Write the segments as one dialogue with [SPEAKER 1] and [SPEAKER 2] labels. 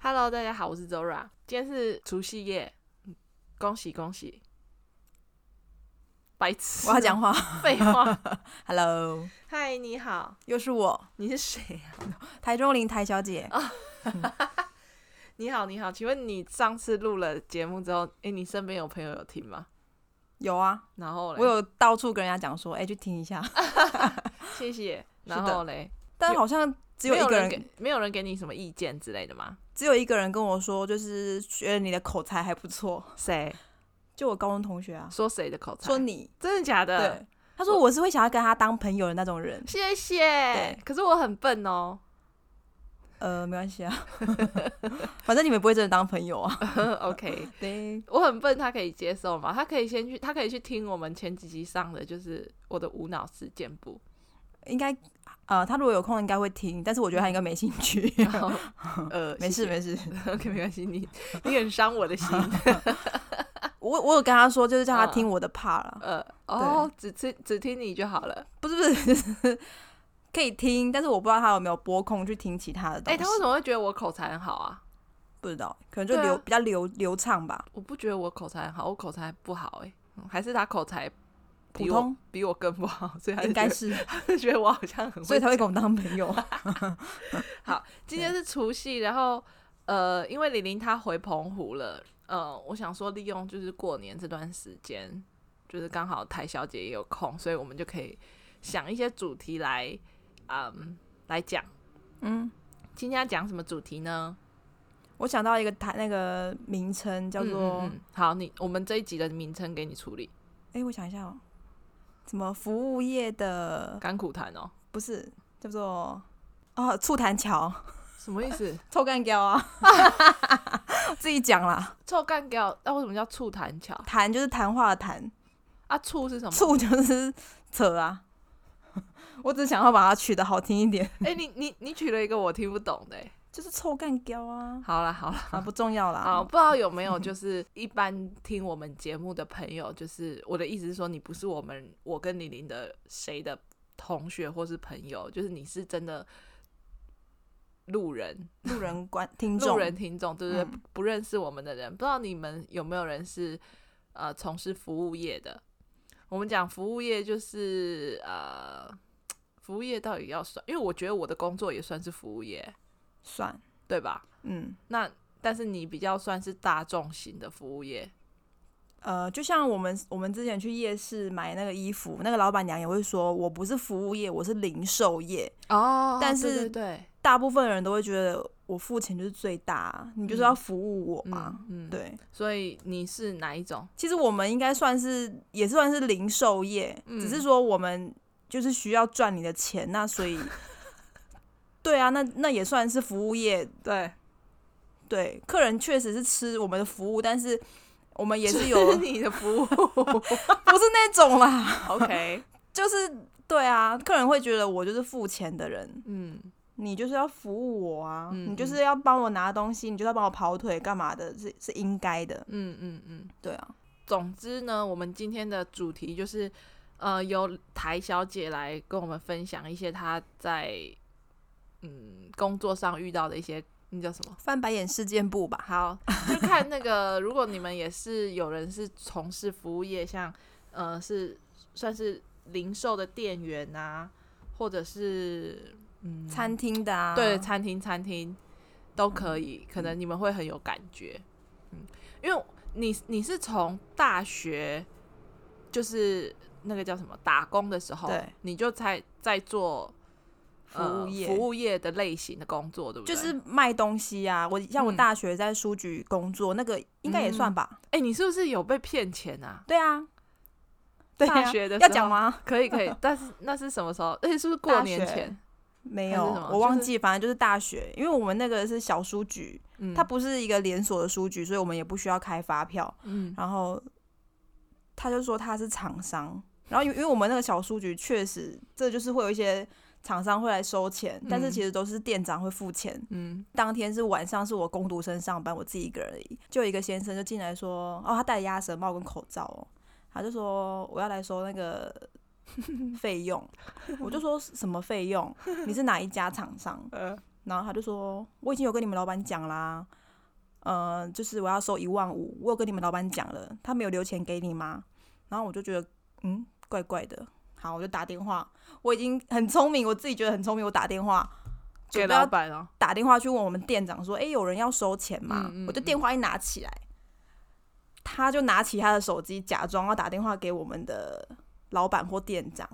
[SPEAKER 1] Hello，大家好，我是 Zora，今天是除夕夜，嗯恭喜恭喜！白痴，
[SPEAKER 2] 我要讲话
[SPEAKER 1] 废话。
[SPEAKER 2] ，Hello，
[SPEAKER 1] 嗨，你好，
[SPEAKER 2] 又是我，
[SPEAKER 1] 你是谁啊？
[SPEAKER 2] 台中林台小姐。
[SPEAKER 1] 你好，你好，请问你上次录了节目之后，诶，你身边有朋友有听吗？
[SPEAKER 2] 有啊，
[SPEAKER 1] 然后嘞，
[SPEAKER 2] 我有到处跟人家讲说，哎、去听一下，
[SPEAKER 1] 谢谢。
[SPEAKER 2] 的
[SPEAKER 1] 然后嘞，
[SPEAKER 2] 但好像只有
[SPEAKER 1] 没
[SPEAKER 2] 一个
[SPEAKER 1] 人
[SPEAKER 2] 人，
[SPEAKER 1] 给，没有人给你什么意见之类的吗？
[SPEAKER 2] 只有一个人跟我说，就是觉得你的口才还不错，
[SPEAKER 1] 谁
[SPEAKER 2] 就我高中同学啊，
[SPEAKER 1] 说谁的口才？呃
[SPEAKER 2] 说你
[SPEAKER 1] 真的假的？
[SPEAKER 2] 对，他说我是会想要跟他当朋友的那种人，
[SPEAKER 1] 谢谢
[SPEAKER 2] 对。
[SPEAKER 1] 可是我很笨哦。
[SPEAKER 2] 呃，没关系啊，反正你们不会真的当朋友啊，
[SPEAKER 1] 嗯 OK，
[SPEAKER 2] 对，
[SPEAKER 1] 我很笨，他可以接受吗？他可以先去，他可以去听我们前几集上的，就是我的无脑事件簿。
[SPEAKER 2] 应该，呃，他如果有空应该会听，但是我觉得他应该没兴趣，
[SPEAKER 1] 然 后，呃，
[SPEAKER 2] 没
[SPEAKER 1] 谢谢
[SPEAKER 2] 事 没事，
[SPEAKER 1] ，OK，没关系，你你很伤我的 心。
[SPEAKER 2] 我我有跟他说，就是叫他
[SPEAKER 1] 嗯
[SPEAKER 2] 听我的 part 啦，
[SPEAKER 1] 呃，哦，只听只听你就好了。
[SPEAKER 2] 不是不是，就是可以听，但是我不知道他有没有拨空去听其他的东
[SPEAKER 1] 哎、
[SPEAKER 2] 西。
[SPEAKER 1] 他为什么会觉得我口才很好啊？
[SPEAKER 2] 不知道，可能就
[SPEAKER 1] 对啊
[SPEAKER 2] 流、比较流流畅吧，
[SPEAKER 1] 我不觉得我口才很好，我口才不好哎、嗯还是他口才
[SPEAKER 2] 普
[SPEAKER 1] 比我
[SPEAKER 2] 通
[SPEAKER 1] 比我更不好，所以他就
[SPEAKER 2] 应该
[SPEAKER 1] 觉
[SPEAKER 2] 是，
[SPEAKER 1] 得 他就觉得我好像很
[SPEAKER 2] 所以
[SPEAKER 1] 会
[SPEAKER 2] 才会跟我当 朋友。
[SPEAKER 1] 今天是除夕，然后呃，因为李玲她回澎湖了，呃，我想说利用就是过年这段时间，就是刚好台小姐也有空，所以我们就可以想一些主题来，嗯，来讲。
[SPEAKER 2] 嗯，
[SPEAKER 1] 今天要讲什么主题呢？
[SPEAKER 2] 我想到一个台那个名称叫做，
[SPEAKER 1] 嗯
[SPEAKER 2] 哎、
[SPEAKER 1] 嗯嗯好，你我们这一集的名称给你处理，
[SPEAKER 2] 我想一下哦，什么服务业的
[SPEAKER 1] 甘苦谈哦，
[SPEAKER 2] 不是叫做哦醋坛桥
[SPEAKER 1] 什么意思？
[SPEAKER 2] 臭干胶啊， 自己讲啦，
[SPEAKER 1] 臭干掉，那、为什么叫醋谈桥
[SPEAKER 2] 谈就是谈话的谈，
[SPEAKER 1] 啊？醋是什么？
[SPEAKER 2] 醋就是扯啊。我只想要把它取得好听一点，
[SPEAKER 1] 哎、你你你取了一个我听不懂的、欸。
[SPEAKER 2] 就是臭干胶啊，
[SPEAKER 1] 好啦好啦。
[SPEAKER 2] 啊不 重要啦。
[SPEAKER 1] 啊，不知道有没有就是一般听我们节目的朋友，就是我的意思是说，你不是我们我跟李玲的谁的同学或是朋友，就是你是真的路人、
[SPEAKER 2] 路人观听众，
[SPEAKER 1] 路人听众，对不对？
[SPEAKER 2] 嗯
[SPEAKER 1] 不认识我们的人，不知道你们有没有人是呃从事服务业的？我们讲服务业就是呃，服务业到底要算，因为我觉得我的工作也算是服务业，
[SPEAKER 2] 算，
[SPEAKER 1] 对吧？
[SPEAKER 2] 嗯，
[SPEAKER 1] 那但是你比较算是大众型的服务业，
[SPEAKER 2] 呃，就像我们我们之前去夜市买那个衣服，那个老板娘也会说，我不是服务业，我是零售业。
[SPEAKER 1] 哦，
[SPEAKER 2] 但
[SPEAKER 1] 对
[SPEAKER 2] 是
[SPEAKER 1] 对
[SPEAKER 2] 大部分人都会觉得我付钱就是最大啊，你就是要服务我
[SPEAKER 1] 对，
[SPEAKER 2] 嘛。
[SPEAKER 1] 嗯嗯，，
[SPEAKER 2] 对，
[SPEAKER 1] 所以你是哪一种？
[SPEAKER 2] 其实我们应该算是也算是零售业，
[SPEAKER 1] 嗯
[SPEAKER 2] 只是说我们就是需要赚你的钱，那所以， 对啊，那那也算是服务业
[SPEAKER 1] 对，
[SPEAKER 2] 对，客人确实是吃我们的服务，但是我们也是 有
[SPEAKER 1] 你的服务
[SPEAKER 2] 不是那种啦，
[SPEAKER 1] ，OK，
[SPEAKER 2] 就是对啊，客人会觉得我就是付钱的人，
[SPEAKER 1] 嗯，
[SPEAKER 2] 你就是要服务我啊，
[SPEAKER 1] 嗯
[SPEAKER 2] 你就是要帮我拿东西，你就是要帮我跑腿干嘛的，是是应该的，
[SPEAKER 1] 嗯嗯嗯。
[SPEAKER 2] 对啊，
[SPEAKER 1] 总之呢，我们今天的主题就是，呃，由台小姐来跟我们分享一些她在嗯工作上遇到的一些，那叫什么？
[SPEAKER 2] 翻白眼事件簿吧，
[SPEAKER 1] 好，就看那个，如果你们也是有人是从事服务业，像呃是算是零售的店员啊，或者是嗯
[SPEAKER 2] 餐厅嗯的啊，
[SPEAKER 1] 对餐厅餐厅都可以，可能你们会很有感觉，嗯，因为你你是从大学就是那个叫什么打工的时候
[SPEAKER 2] 对，
[SPEAKER 1] 你就在在做。
[SPEAKER 2] 服务业
[SPEAKER 1] 呃服务业的类型的工作，对不对？
[SPEAKER 2] 就是卖东西啊，我像我
[SPEAKER 1] 嗯
[SPEAKER 2] 大学在书局工作，那个应该也算吧，
[SPEAKER 1] 哎、你是不是有被骗钱啊？
[SPEAKER 2] 对啊，对啊，
[SPEAKER 1] 大学的时候
[SPEAKER 2] 要讲吗？
[SPEAKER 1] 可以可以， 但是那是什么时候？而且是不是过
[SPEAKER 2] 大
[SPEAKER 1] 年
[SPEAKER 2] 学
[SPEAKER 1] 前？
[SPEAKER 2] 没
[SPEAKER 1] 还
[SPEAKER 2] 有
[SPEAKER 1] 是什么，
[SPEAKER 2] 我
[SPEAKER 1] 就
[SPEAKER 2] 忘
[SPEAKER 1] 是
[SPEAKER 2] 记，反正就是大学，因为我们那个是小书局，
[SPEAKER 1] 嗯，
[SPEAKER 2] 它不是一个连锁的书局，所以我们也不需要开发票。
[SPEAKER 1] 嗯
[SPEAKER 2] 然后他就说他是厂商，然后因为因为我们那个小书局确实这就是会有一些厂商会来收钱
[SPEAKER 1] 嗯，
[SPEAKER 2] 但是其实都是店长会付钱。
[SPEAKER 1] 嗯
[SPEAKER 2] 当天是晚上，是我工读生上班，我自己一个人而已。就有一个先生就进来说，哦，他戴鸭舌帽跟口罩哦，他就说我要来收那个费用， 我就说什么费用？你是哪一家厂商？
[SPEAKER 1] 呃
[SPEAKER 2] 然后他就说：“我已经有跟你们老板讲啦，呃，就是我要收一万五，我有跟你们老板讲了，他没有留钱给你吗？然后我就觉得，嗯，怪怪的。好，我就打电话，我已经很聪明，我自己觉得很聪明，我打电话
[SPEAKER 1] 给
[SPEAKER 2] 准备要
[SPEAKER 1] 老板 哦，
[SPEAKER 2] 打电话去问我们店长说，诶，有人要收钱吗？
[SPEAKER 1] 嗯嗯
[SPEAKER 2] 我就电话一拿起来，他就拿起他的手机，假装要打电话给我们的老板或店长，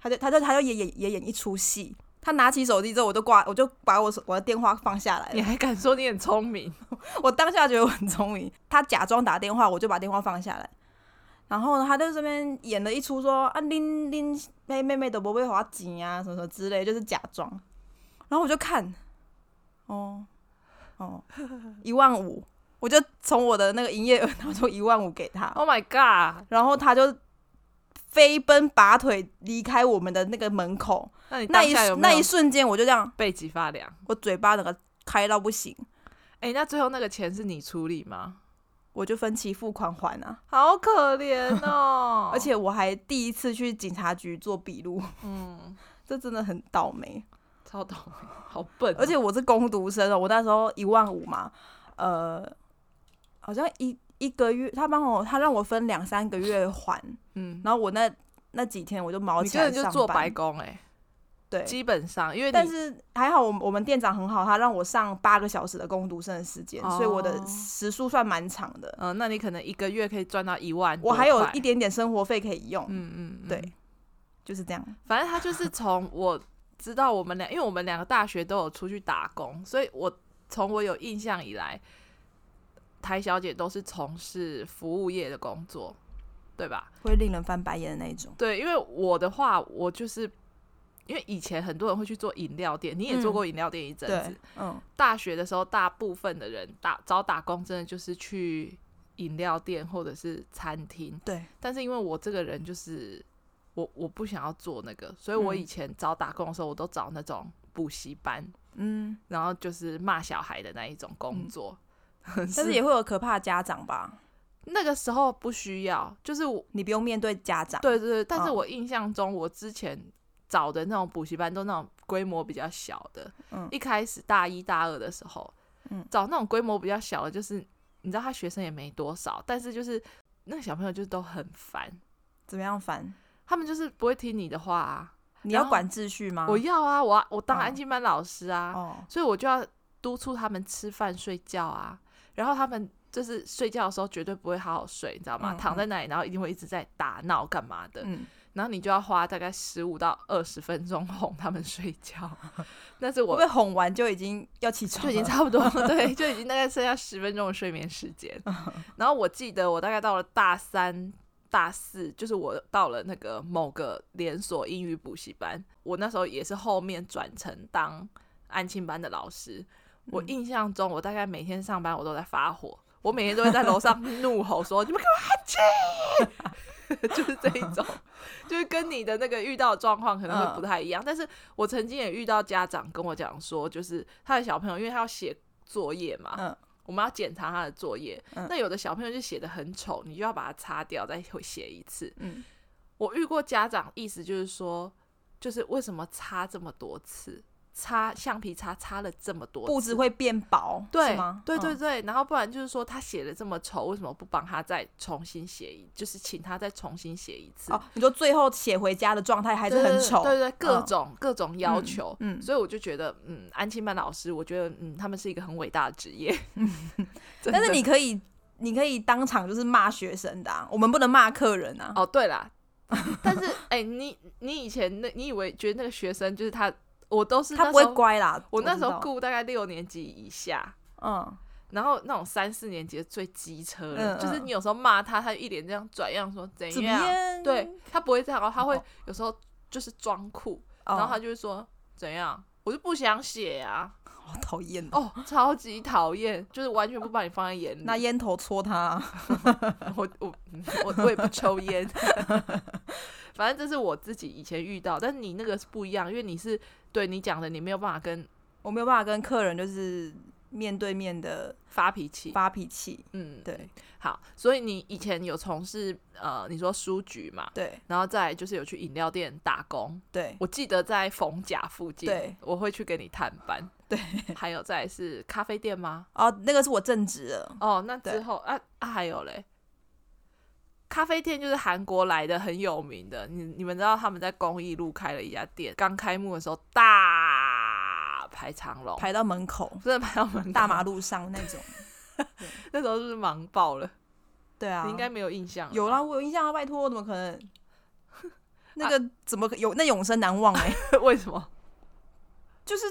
[SPEAKER 2] 他就他就他就也演也演一出戏。他拿起手机之后，我就挂，我就把我手我的电话放下来了
[SPEAKER 1] 你。还敢说你很聪 明？
[SPEAKER 2] 我当下觉得我很聪明，他假装打电话，我就把电话放下来。然后呢，他在这边演了一出说啊，拎拎妹妹妹的不会花钱啊，什么什么之类，就是假装。然后我就看，哦哦，一万五，我就从我的那个营业额拿出一万五给他，
[SPEAKER 1] Oh my god！
[SPEAKER 2] 然后他就飞奔拔腿离开我们的那个门口。
[SPEAKER 1] 那你
[SPEAKER 2] 那
[SPEAKER 1] 当
[SPEAKER 2] 一
[SPEAKER 1] 下有
[SPEAKER 2] 那
[SPEAKER 1] 没
[SPEAKER 2] 一
[SPEAKER 1] 有
[SPEAKER 2] 瞬间，我就这样，
[SPEAKER 1] 背脊发凉？
[SPEAKER 2] 我嘴巴整个开到不行，
[SPEAKER 1] 哎、那最后那个钱是你处理吗？
[SPEAKER 2] 我就分期付款还啊。！
[SPEAKER 1] 好可怜哦
[SPEAKER 2] 而，且我还第一次去警察局做笔录，
[SPEAKER 1] 嗯，
[SPEAKER 2] 这真的很倒霉。
[SPEAKER 1] 超倒霉，好笨哦、
[SPEAKER 2] 而且我是工读生哦，我那时候一万五嘛，呃，好像一一个月，他帮我，他让我分两三个月还，
[SPEAKER 1] 嗯，
[SPEAKER 2] 然后我那那几天我就毛
[SPEAKER 1] 你
[SPEAKER 2] 起
[SPEAKER 1] 根
[SPEAKER 2] 来
[SPEAKER 1] 本就
[SPEAKER 2] 上
[SPEAKER 1] 做白
[SPEAKER 2] 班，
[SPEAKER 1] 工哎、
[SPEAKER 2] 对。
[SPEAKER 1] 基本上，因为你
[SPEAKER 2] 但是还好，我们我们店长很好，他让我上八个小时的工读生的时间，所以我的
[SPEAKER 1] 哦
[SPEAKER 2] 时数算蛮长的。
[SPEAKER 1] 嗯、那你可能一个月可以赚到一万，
[SPEAKER 2] 我还有一，点点生活费可以用，
[SPEAKER 1] 嗯嗯，嗯
[SPEAKER 2] 对，就是这样。
[SPEAKER 1] 反正他就是从我知道我们俩，因为我们两个大学都有出去打工，所以我从我有印象以来，台小姐都是从事服务业的工作，对吧？
[SPEAKER 2] 会令人翻白眼的那一种。
[SPEAKER 1] 对，因为我的话，我就是因为以前很多人会去做饮料店，你也做
[SPEAKER 2] 嗯
[SPEAKER 1] 过饮料店一阵子。
[SPEAKER 2] 对，嗯，
[SPEAKER 1] 大学的时候，大部分的人打找打工，真的就是去饮料店或者是餐厅。
[SPEAKER 2] 对，
[SPEAKER 1] 但是因为我这个人就是我我不想要做那个，所以我
[SPEAKER 2] 嗯
[SPEAKER 1] 以前找打工的时候，我都找那种补习班，
[SPEAKER 2] 嗯，
[SPEAKER 1] 然后就是骂小孩的那一种工
[SPEAKER 2] 嗯
[SPEAKER 1] 作。
[SPEAKER 2] 但是也会有可怕的家长吧？
[SPEAKER 1] 那个时候不需要，就是我
[SPEAKER 2] 你不用面对家长，
[SPEAKER 1] 对对对，但是
[SPEAKER 2] 哦
[SPEAKER 1] 我印象中，我之前找的那种补习班都那种规模比较小的。
[SPEAKER 2] 嗯
[SPEAKER 1] 一开始大一大二的时候，
[SPEAKER 2] 嗯
[SPEAKER 1] 找那种规模比较小的，就是你知道他学生也没多少，但是就是那个小朋友就都很烦，
[SPEAKER 2] 怎么样烦？
[SPEAKER 1] 他们就是不会听你的话啊。
[SPEAKER 2] 你
[SPEAKER 1] 然
[SPEAKER 2] 要
[SPEAKER 1] 后
[SPEAKER 2] 管秩序吗？
[SPEAKER 1] 我要啊，我要我当
[SPEAKER 2] 哦
[SPEAKER 1] 安静班老师啊，
[SPEAKER 2] 哦，
[SPEAKER 1] 所以我就要督促他们吃饭睡觉啊，然后他们。就是睡觉的时候绝对不会好好睡，你知道吗？
[SPEAKER 2] 嗯
[SPEAKER 1] 躺在那里，然后一定会一直在打闹干嘛的。
[SPEAKER 2] 嗯，
[SPEAKER 1] 然后你就要花大概十五到二十分钟哄他们睡 觉，但是
[SPEAKER 2] 会
[SPEAKER 1] 我
[SPEAKER 2] 被哄完就已经要起床
[SPEAKER 1] 就
[SPEAKER 2] 了，
[SPEAKER 1] 已经差不多了， 对，就已经大概剩下十分钟的睡眠时间。
[SPEAKER 2] 嗯
[SPEAKER 1] 然后我记得我大概到了大三、大四，就是我到了那个某个连锁英语补习班，我那时候也是后面转成当安庆班的老师。我
[SPEAKER 2] 嗯
[SPEAKER 1] 印象中，我大概每天上班我都在发火，我每天都会在楼上怒吼说：“你们给我安静！” 就是这一 种，就是跟你的那个遇到的状况可能会不太一样。但是我曾经也遇到家长跟我讲说，就是他的小朋友，因为他要写作业嘛，
[SPEAKER 2] 嗯
[SPEAKER 1] 我们要检查他的作业。
[SPEAKER 2] 嗯
[SPEAKER 1] 那有的小朋友就写的很丑，你就要把它擦掉，再会写一次。
[SPEAKER 2] 嗯
[SPEAKER 1] 我遇过家长，意思就是说，就是为什么擦这么多次？擦橡皮擦擦了这么多次，
[SPEAKER 2] 布置会变薄，
[SPEAKER 1] 对
[SPEAKER 2] 是吗？
[SPEAKER 1] 对
[SPEAKER 2] 嗯
[SPEAKER 1] 对，对，然后不然就是说他写的这么丑，为什么不帮他再重新写一，就是请他再重新写一次？
[SPEAKER 2] 哦，你说最后写回家的状态还是很丑，
[SPEAKER 1] 对对对，各
[SPEAKER 2] 嗯
[SPEAKER 1] 种、各种要求。
[SPEAKER 2] 嗯，嗯
[SPEAKER 1] 所以我就觉得，嗯，安亲班老师，我觉得，嗯，他们是一个很伟大的职 业。 真
[SPEAKER 2] 但是
[SPEAKER 1] 的
[SPEAKER 2] 你可以，你可以当场就是骂学生的啊，我们不能骂客人啊，
[SPEAKER 1] 哦，对 啦，但是哎、你你以前那你以为觉得那个学生就是他，我都是
[SPEAKER 2] 他
[SPEAKER 1] 那
[SPEAKER 2] 不会
[SPEAKER 1] 时候，
[SPEAKER 2] 乖啦。
[SPEAKER 1] 我那
[SPEAKER 2] 知
[SPEAKER 1] 时候
[SPEAKER 2] 道，
[SPEAKER 1] 顾大概六年级以下，
[SPEAKER 2] 嗯，
[SPEAKER 1] 然后那种三四年级的最机车了，
[SPEAKER 2] 嗯
[SPEAKER 1] 就是
[SPEAKER 2] 嗯
[SPEAKER 1] 你有时候骂他，他一脸这样转样说怎
[SPEAKER 2] 怎么
[SPEAKER 1] 样，
[SPEAKER 2] 样？
[SPEAKER 1] 啊对他不会这样哦，他会
[SPEAKER 2] 哦
[SPEAKER 1] 有时候就是装酷，然
[SPEAKER 2] 哦，
[SPEAKER 1] 后他
[SPEAKER 2] 他
[SPEAKER 1] 就会说怎样，我就不想写啊，
[SPEAKER 2] 好讨厌哦。
[SPEAKER 1] 哦，超级讨厌，就是完全不把你放在 眼里。
[SPEAKER 2] 拿烟头戳他啊，
[SPEAKER 1] 我我嗯我我也不抽烟， 反正这是我自己以前遇到，但是你那个是不一样，因为你是对你讲的，你没有办法跟
[SPEAKER 2] 我没有办法跟客人就是面对面的
[SPEAKER 1] 发脾气，
[SPEAKER 2] 发脾气。
[SPEAKER 1] 嗯，
[SPEAKER 2] 对
[SPEAKER 1] 好，所以你以前有从事呃，你说书局嘛，
[SPEAKER 2] 对
[SPEAKER 1] 然后再来就是有去饮料店打工，
[SPEAKER 2] 对
[SPEAKER 1] 我记得在逢甲附近，
[SPEAKER 2] 对
[SPEAKER 1] 我会去给你探班。
[SPEAKER 2] 对，
[SPEAKER 1] 还有再来是咖啡店吗？
[SPEAKER 2] 哦，那个是我正职了，
[SPEAKER 1] 哦，那之
[SPEAKER 2] 对
[SPEAKER 1] 后啊啊还有嘞，咖啡店就是韩国来的很有名的，你你们知道他们在公益路开了一家店，刚开幕的时候大排长龙，
[SPEAKER 2] 排到门口，
[SPEAKER 1] 真的排到门口
[SPEAKER 2] 大马，路上那种。
[SPEAKER 1] 那时候是不是忙爆了？
[SPEAKER 2] 对啊，
[SPEAKER 1] 你应该没有印象了
[SPEAKER 2] 有啦，我有印象啊，拜托，怎么可能？
[SPEAKER 1] 啊
[SPEAKER 2] 那个怎么可有那永生难忘哎、
[SPEAKER 1] 吧，为什么？
[SPEAKER 2] 就是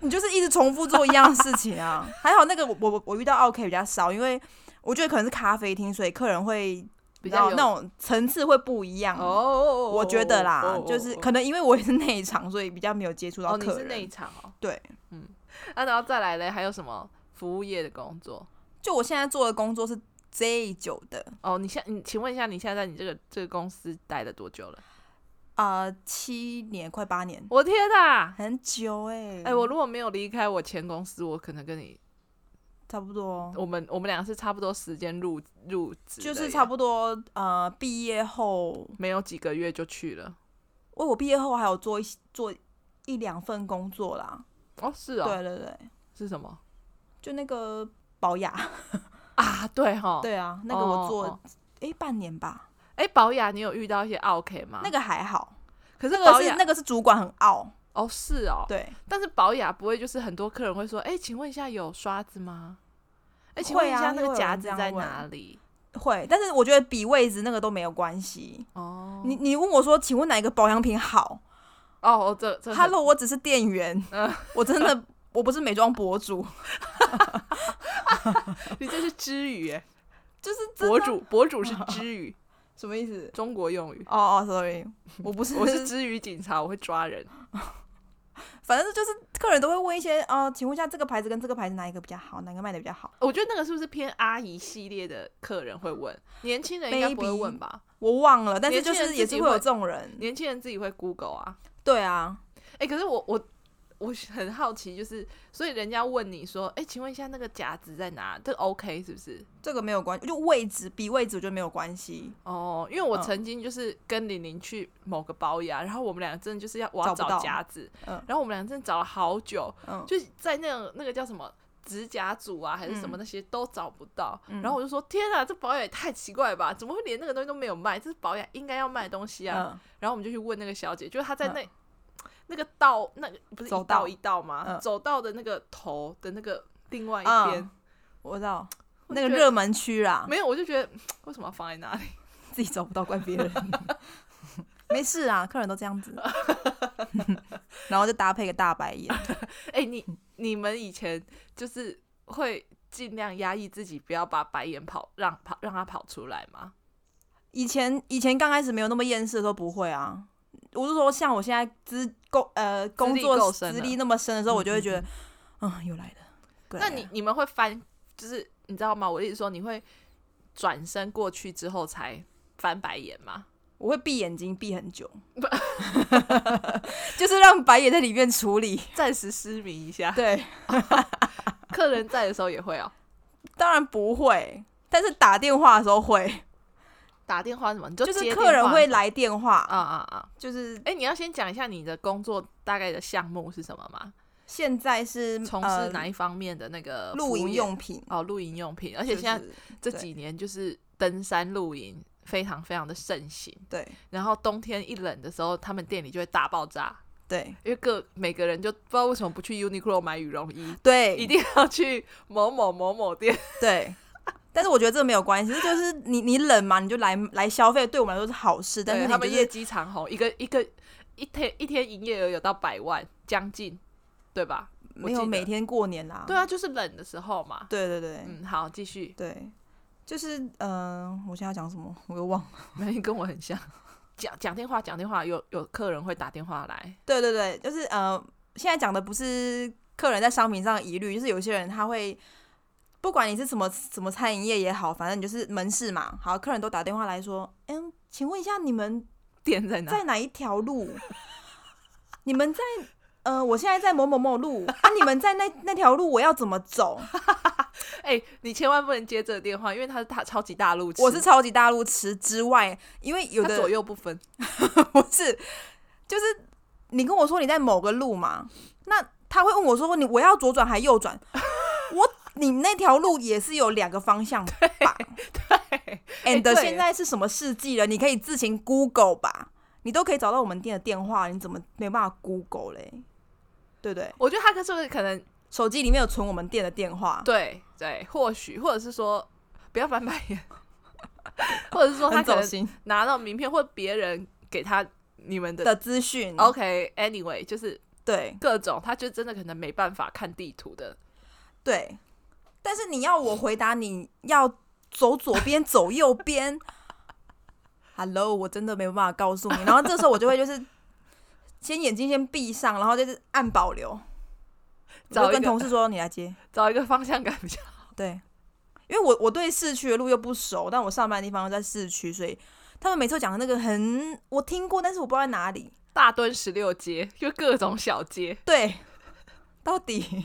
[SPEAKER 2] 你就是一直重复做一样的事情啊。 还好那个我我我遇到 OK 比较少，因为我觉得可能是咖啡厅，所以客人会
[SPEAKER 1] 比
[SPEAKER 2] 然
[SPEAKER 1] 较
[SPEAKER 2] 后
[SPEAKER 1] 有
[SPEAKER 2] 那种层次会不一样。
[SPEAKER 1] 哦，
[SPEAKER 2] 我觉得啦，
[SPEAKER 1] 哦
[SPEAKER 2] 就是可能因为我也是内场，所以比较没有接触到
[SPEAKER 1] 哦，你
[SPEAKER 2] 客
[SPEAKER 1] 是
[SPEAKER 2] 人。
[SPEAKER 1] 内场哦，
[SPEAKER 2] 对，
[SPEAKER 1] 嗯，啊，然后再来嘞，还有什么服务业的工作？
[SPEAKER 2] 就我现在做的工作是 J 九的，
[SPEAKER 1] 哦，你现你请问一下，你现在在你这个这个公司待了多久了？
[SPEAKER 2] 呃，七年快八年，
[SPEAKER 1] 我天哪！
[SPEAKER 2] 很久哎、欸，
[SPEAKER 1] 哎、我如果没有离开我前公司，我可能跟你，
[SPEAKER 2] 差不多，
[SPEAKER 1] 我们我们俩是差不多时间入入职的耶，
[SPEAKER 2] 就是差不多呃，毕业后，
[SPEAKER 1] 没有几个月就去了。
[SPEAKER 2] 我我毕业后还有做一做一两份工作啦，
[SPEAKER 1] 哦，是哦，
[SPEAKER 2] 对对对，
[SPEAKER 1] 是什么
[SPEAKER 2] 就那个保雅，
[SPEAKER 1] 啊？对哈，，
[SPEAKER 2] 对啊，那个
[SPEAKER 1] 哦
[SPEAKER 2] 我做哎、
[SPEAKER 1] 哦
[SPEAKER 2] 诶半年吧，
[SPEAKER 1] 哎、宝雅，你有遇到一些 OK 吗？
[SPEAKER 2] 那个还好，
[SPEAKER 1] 可是
[SPEAKER 2] 那
[SPEAKER 1] 宝
[SPEAKER 2] 个是
[SPEAKER 1] 雅
[SPEAKER 2] 那个是主管很傲，
[SPEAKER 1] 哦，是哦，
[SPEAKER 2] 对，
[SPEAKER 1] 但是宝雅不会，就是很多客人会说，哎、请问一下有刷子吗？哎、请
[SPEAKER 2] 会
[SPEAKER 1] 问一
[SPEAKER 2] 啊
[SPEAKER 1] 下那
[SPEAKER 2] 会有
[SPEAKER 1] 个夹
[SPEAKER 2] 人
[SPEAKER 1] 子
[SPEAKER 2] 这样
[SPEAKER 1] 在
[SPEAKER 2] 问
[SPEAKER 1] 哪里？
[SPEAKER 2] 会，但是我觉得比位置那个都没有关系。
[SPEAKER 1] 哦，
[SPEAKER 2] 你你问我说，请问哪一个保养品好
[SPEAKER 1] 哦，哦这这很
[SPEAKER 2] ？Hello，我只是店员，
[SPEAKER 1] 嗯
[SPEAKER 2] 我真的我不是美妆博主，
[SPEAKER 1] 你这是知语哎，
[SPEAKER 2] 就是 真
[SPEAKER 1] 博
[SPEAKER 2] 的
[SPEAKER 1] 主博主是知语，
[SPEAKER 2] 什么意思？
[SPEAKER 1] 中国用语。
[SPEAKER 2] 哦哦，sorry，我不
[SPEAKER 1] 嗯
[SPEAKER 2] 是，
[SPEAKER 1] 我是知语警察，我会抓人。
[SPEAKER 2] 反正就是客人都会问一些，呃，请问一下这个牌子跟这个牌子哪一个比较好，哪个卖的比较好？
[SPEAKER 1] 我觉得那个是不是偏阿姨系列的客人会问，年轻人应该不会问吧？
[SPEAKER 2] 我忘了，但是
[SPEAKER 1] 年轻
[SPEAKER 2] 就
[SPEAKER 1] 人
[SPEAKER 2] 是也
[SPEAKER 1] 自
[SPEAKER 2] 是
[SPEAKER 1] 己
[SPEAKER 2] 会有
[SPEAKER 1] 会
[SPEAKER 2] 这种人，
[SPEAKER 1] 年轻人自己会 Google 啊。
[SPEAKER 2] 对啊，
[SPEAKER 1] 哎、可是我我我很好奇，就是所以人家问你说，哎、请问一下那个夹子在哪？这个 OK 是不是？
[SPEAKER 2] 这个没有关，就位置比位置我觉得没有关系，
[SPEAKER 1] 哦，因为我
[SPEAKER 2] 嗯
[SPEAKER 1] 曾经就是跟玲玲去某个保养，然后我们俩真的就是要我要
[SPEAKER 2] 找不
[SPEAKER 1] 找
[SPEAKER 2] 到
[SPEAKER 1] 夹子，
[SPEAKER 2] 嗯
[SPEAKER 1] 然后我们俩真的找了好久，
[SPEAKER 2] 嗯，
[SPEAKER 1] 就是在那种那个叫什么指甲组啊，还是什么那些、都找不到。
[SPEAKER 2] 嗯
[SPEAKER 1] 然后我就说：“天啊，这保养也太奇怪了吧？怎么会连那个东西都没有卖？这是保养应该要卖的东西啊！”
[SPEAKER 2] 嗯，
[SPEAKER 1] 然后我们就去问那个小姐，就是她在那、那个道那个不是
[SPEAKER 2] 走
[SPEAKER 1] 一道
[SPEAKER 2] 道
[SPEAKER 1] 一道吗？
[SPEAKER 2] 嗯
[SPEAKER 1] 走道的那个头的那个另外一
[SPEAKER 2] 嗯
[SPEAKER 1] 边、
[SPEAKER 2] 我知道
[SPEAKER 1] 我
[SPEAKER 2] 那个
[SPEAKER 1] 觉得
[SPEAKER 2] 热门区啊啦，
[SPEAKER 1] 没有，我就觉得为什么要放在那里？
[SPEAKER 2] 自己找不到，怪别人。 没事啊，客人都这 样子，然后就搭配个大白眼。
[SPEAKER 1] 哎、你你们以前就是会尽量压抑自己，不要把白眼跑让跑让它跑出来吗？
[SPEAKER 2] 以前以前刚开始没有那么厌世的时候不会啊，我是说像我现在资工呃工
[SPEAKER 1] 够
[SPEAKER 2] 作
[SPEAKER 1] 深
[SPEAKER 2] 资
[SPEAKER 1] 了
[SPEAKER 2] 历那么深的时候，我就会觉得
[SPEAKER 1] 嗯，
[SPEAKER 2] 嗯，又来了。又
[SPEAKER 1] 那
[SPEAKER 2] 来
[SPEAKER 1] 你
[SPEAKER 2] 了
[SPEAKER 1] 你们会翻，就是你知道吗？我的意思说，你会转身过去之后才翻白眼 吗？
[SPEAKER 2] 我会闭眼睛闭很 久， 就是让白眼在里面处 理。
[SPEAKER 1] 暂时失明一下，
[SPEAKER 2] 对，
[SPEAKER 1] 客人在的时候也会哦。
[SPEAKER 2] 当然不会，但是打电话的时候会，
[SPEAKER 1] 打电话什么，你就
[SPEAKER 2] 就
[SPEAKER 1] 接
[SPEAKER 2] 是
[SPEAKER 1] 电
[SPEAKER 2] 客人
[SPEAKER 1] 话
[SPEAKER 2] 会
[SPEAKER 1] 是吗
[SPEAKER 2] 来电话，
[SPEAKER 1] 啊啊啊！
[SPEAKER 2] 就是
[SPEAKER 1] 哎、你要先讲一下你的工作大概的项目是什么吗？
[SPEAKER 2] 现在是
[SPEAKER 1] 从
[SPEAKER 2] 呃
[SPEAKER 1] 事哪一方面的那个
[SPEAKER 2] 露
[SPEAKER 1] 服务
[SPEAKER 2] 营
[SPEAKER 1] 业
[SPEAKER 2] 用品，
[SPEAKER 1] 哦，露营用品，而
[SPEAKER 2] 而
[SPEAKER 1] 且现在这
[SPEAKER 2] 对
[SPEAKER 1] 几年就是登山露营非常非常的盛行，
[SPEAKER 2] 对
[SPEAKER 1] 然后冬天一冷的时候，他们店里就会大爆炸，
[SPEAKER 2] 对
[SPEAKER 1] 因为各每个人就不知道为什么不去 Uniqlo 买羽绒衣，
[SPEAKER 2] 对，
[SPEAKER 1] 一定要去某某某某店。
[SPEAKER 2] 对，但是我觉得这没有关系，这就是你你冷嘛，你就来来消费，对我们来说是好事。但是
[SPEAKER 1] 对
[SPEAKER 2] 你
[SPEAKER 1] 他
[SPEAKER 2] 就
[SPEAKER 1] 们
[SPEAKER 2] 是
[SPEAKER 1] 业绩长虹，一个一个一天一天营业额有到百万将近，对吧？我
[SPEAKER 2] 没
[SPEAKER 1] 记
[SPEAKER 2] 有
[SPEAKER 1] 得
[SPEAKER 2] 每天过年啦。
[SPEAKER 1] 对啊，就是冷的时候嘛。
[SPEAKER 2] 嗯对对对、
[SPEAKER 1] 嗯，好，继 续。
[SPEAKER 2] 对，就是嗯、呃我现在要讲什么，我又忘了。
[SPEAKER 1] 没跟我很像，讲讲电话，讲电话，有有客人会打电话来，
[SPEAKER 2] 对对对，就是呃，现在讲的不是客人在商品上的疑虑，就是有些人他会。不管你是什么什么餐饮业也好，反正你就是门市嘛。好，客人都打电话来说，嗯，请问一下你们
[SPEAKER 1] 店在哪？
[SPEAKER 2] 在哪一条路？ 你们在呃，我现在在某某某路啊，你们在那那条路我要怎么 走？
[SPEAKER 1] 哎、你千万不能接这个电话，因为他是大超级大路痴，
[SPEAKER 2] 我是超级大路痴之外，因为有
[SPEAKER 1] 他左
[SPEAKER 2] 的
[SPEAKER 1] 右不分。
[SPEAKER 2] 不是，就是你跟我说你在某个路嘛，那他会问我说：“你我要左转还右转？”我你那条路也是有两个方向 吧
[SPEAKER 1] 对，
[SPEAKER 2] ？And
[SPEAKER 1] 哎对
[SPEAKER 2] 现在是什么世纪了？你可以自行 Google 吧，你都可以找到我们店的电话，你怎么没办法 Google 嘞？对不对？
[SPEAKER 1] 我觉得他可是不是可能
[SPEAKER 2] 手机里面有存我们店的电话，
[SPEAKER 1] 对对，或许或者是说不要翻白眼，或者是说他
[SPEAKER 2] 很
[SPEAKER 1] 可
[SPEAKER 2] 走
[SPEAKER 1] 能
[SPEAKER 2] 心
[SPEAKER 1] 拿到名片或别人给他你们的。
[SPEAKER 2] 的资讯。
[SPEAKER 1] OK，anyway，、就是
[SPEAKER 2] 对
[SPEAKER 1] 各种，他就真的可能没办法看地图的。
[SPEAKER 2] 对，但是你要我回答，你要走左边，走右边。Hello，我真的没有办法告诉你。然后这时候我就会就是先眼睛先闭上，然后就是按保留，我
[SPEAKER 1] 找
[SPEAKER 2] 就
[SPEAKER 1] 一
[SPEAKER 2] 跟
[SPEAKER 1] 个
[SPEAKER 2] 同事说你来接。
[SPEAKER 1] 找一个方向感比较
[SPEAKER 2] 对，因为我我对市区的路又不熟，但我上班的地方又在市区，所以他们每次讲的那个很我听过，但是我不知道在哪里。
[SPEAKER 1] 大墩十六街，就各种小街。
[SPEAKER 2] 对，到底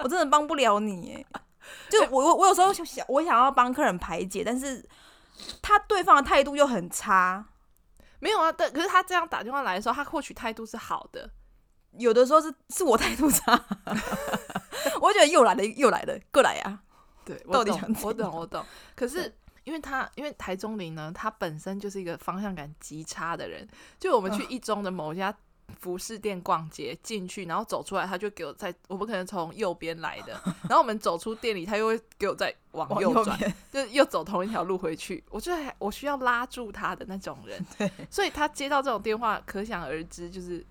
[SPEAKER 2] 我真的帮不了你耶。就我我我有时候想想我想要帮客人排解，但是他对方的态度又很差，
[SPEAKER 1] 没有啊，但可是他这样打电话来的时候，他或许态度是好的，
[SPEAKER 2] 有的时候是是我态度差， 我觉得又来了又来了，过来呀、
[SPEAKER 1] 对，
[SPEAKER 2] 到
[SPEAKER 1] 我
[SPEAKER 2] 底
[SPEAKER 1] 懂
[SPEAKER 2] 想，怎
[SPEAKER 1] 我懂，
[SPEAKER 2] 样
[SPEAKER 1] 我懂。可是因为他，因为台中林呢，他本身就是一个方向感极差的人。就我们
[SPEAKER 2] 嗯
[SPEAKER 1] 去一中的某一家服饰店逛街，进去然后走出来，他就给我在，我们可能从右边来 的，然后我们走出店里，他又会给我再往
[SPEAKER 2] 往
[SPEAKER 1] 右
[SPEAKER 2] 右
[SPEAKER 1] 转，
[SPEAKER 2] 边，
[SPEAKER 1] 就又走同一条路回去。我觉得还我需要拉住他的那种人，
[SPEAKER 2] 对。
[SPEAKER 1] 所以他接到这种电话，可想而知，就是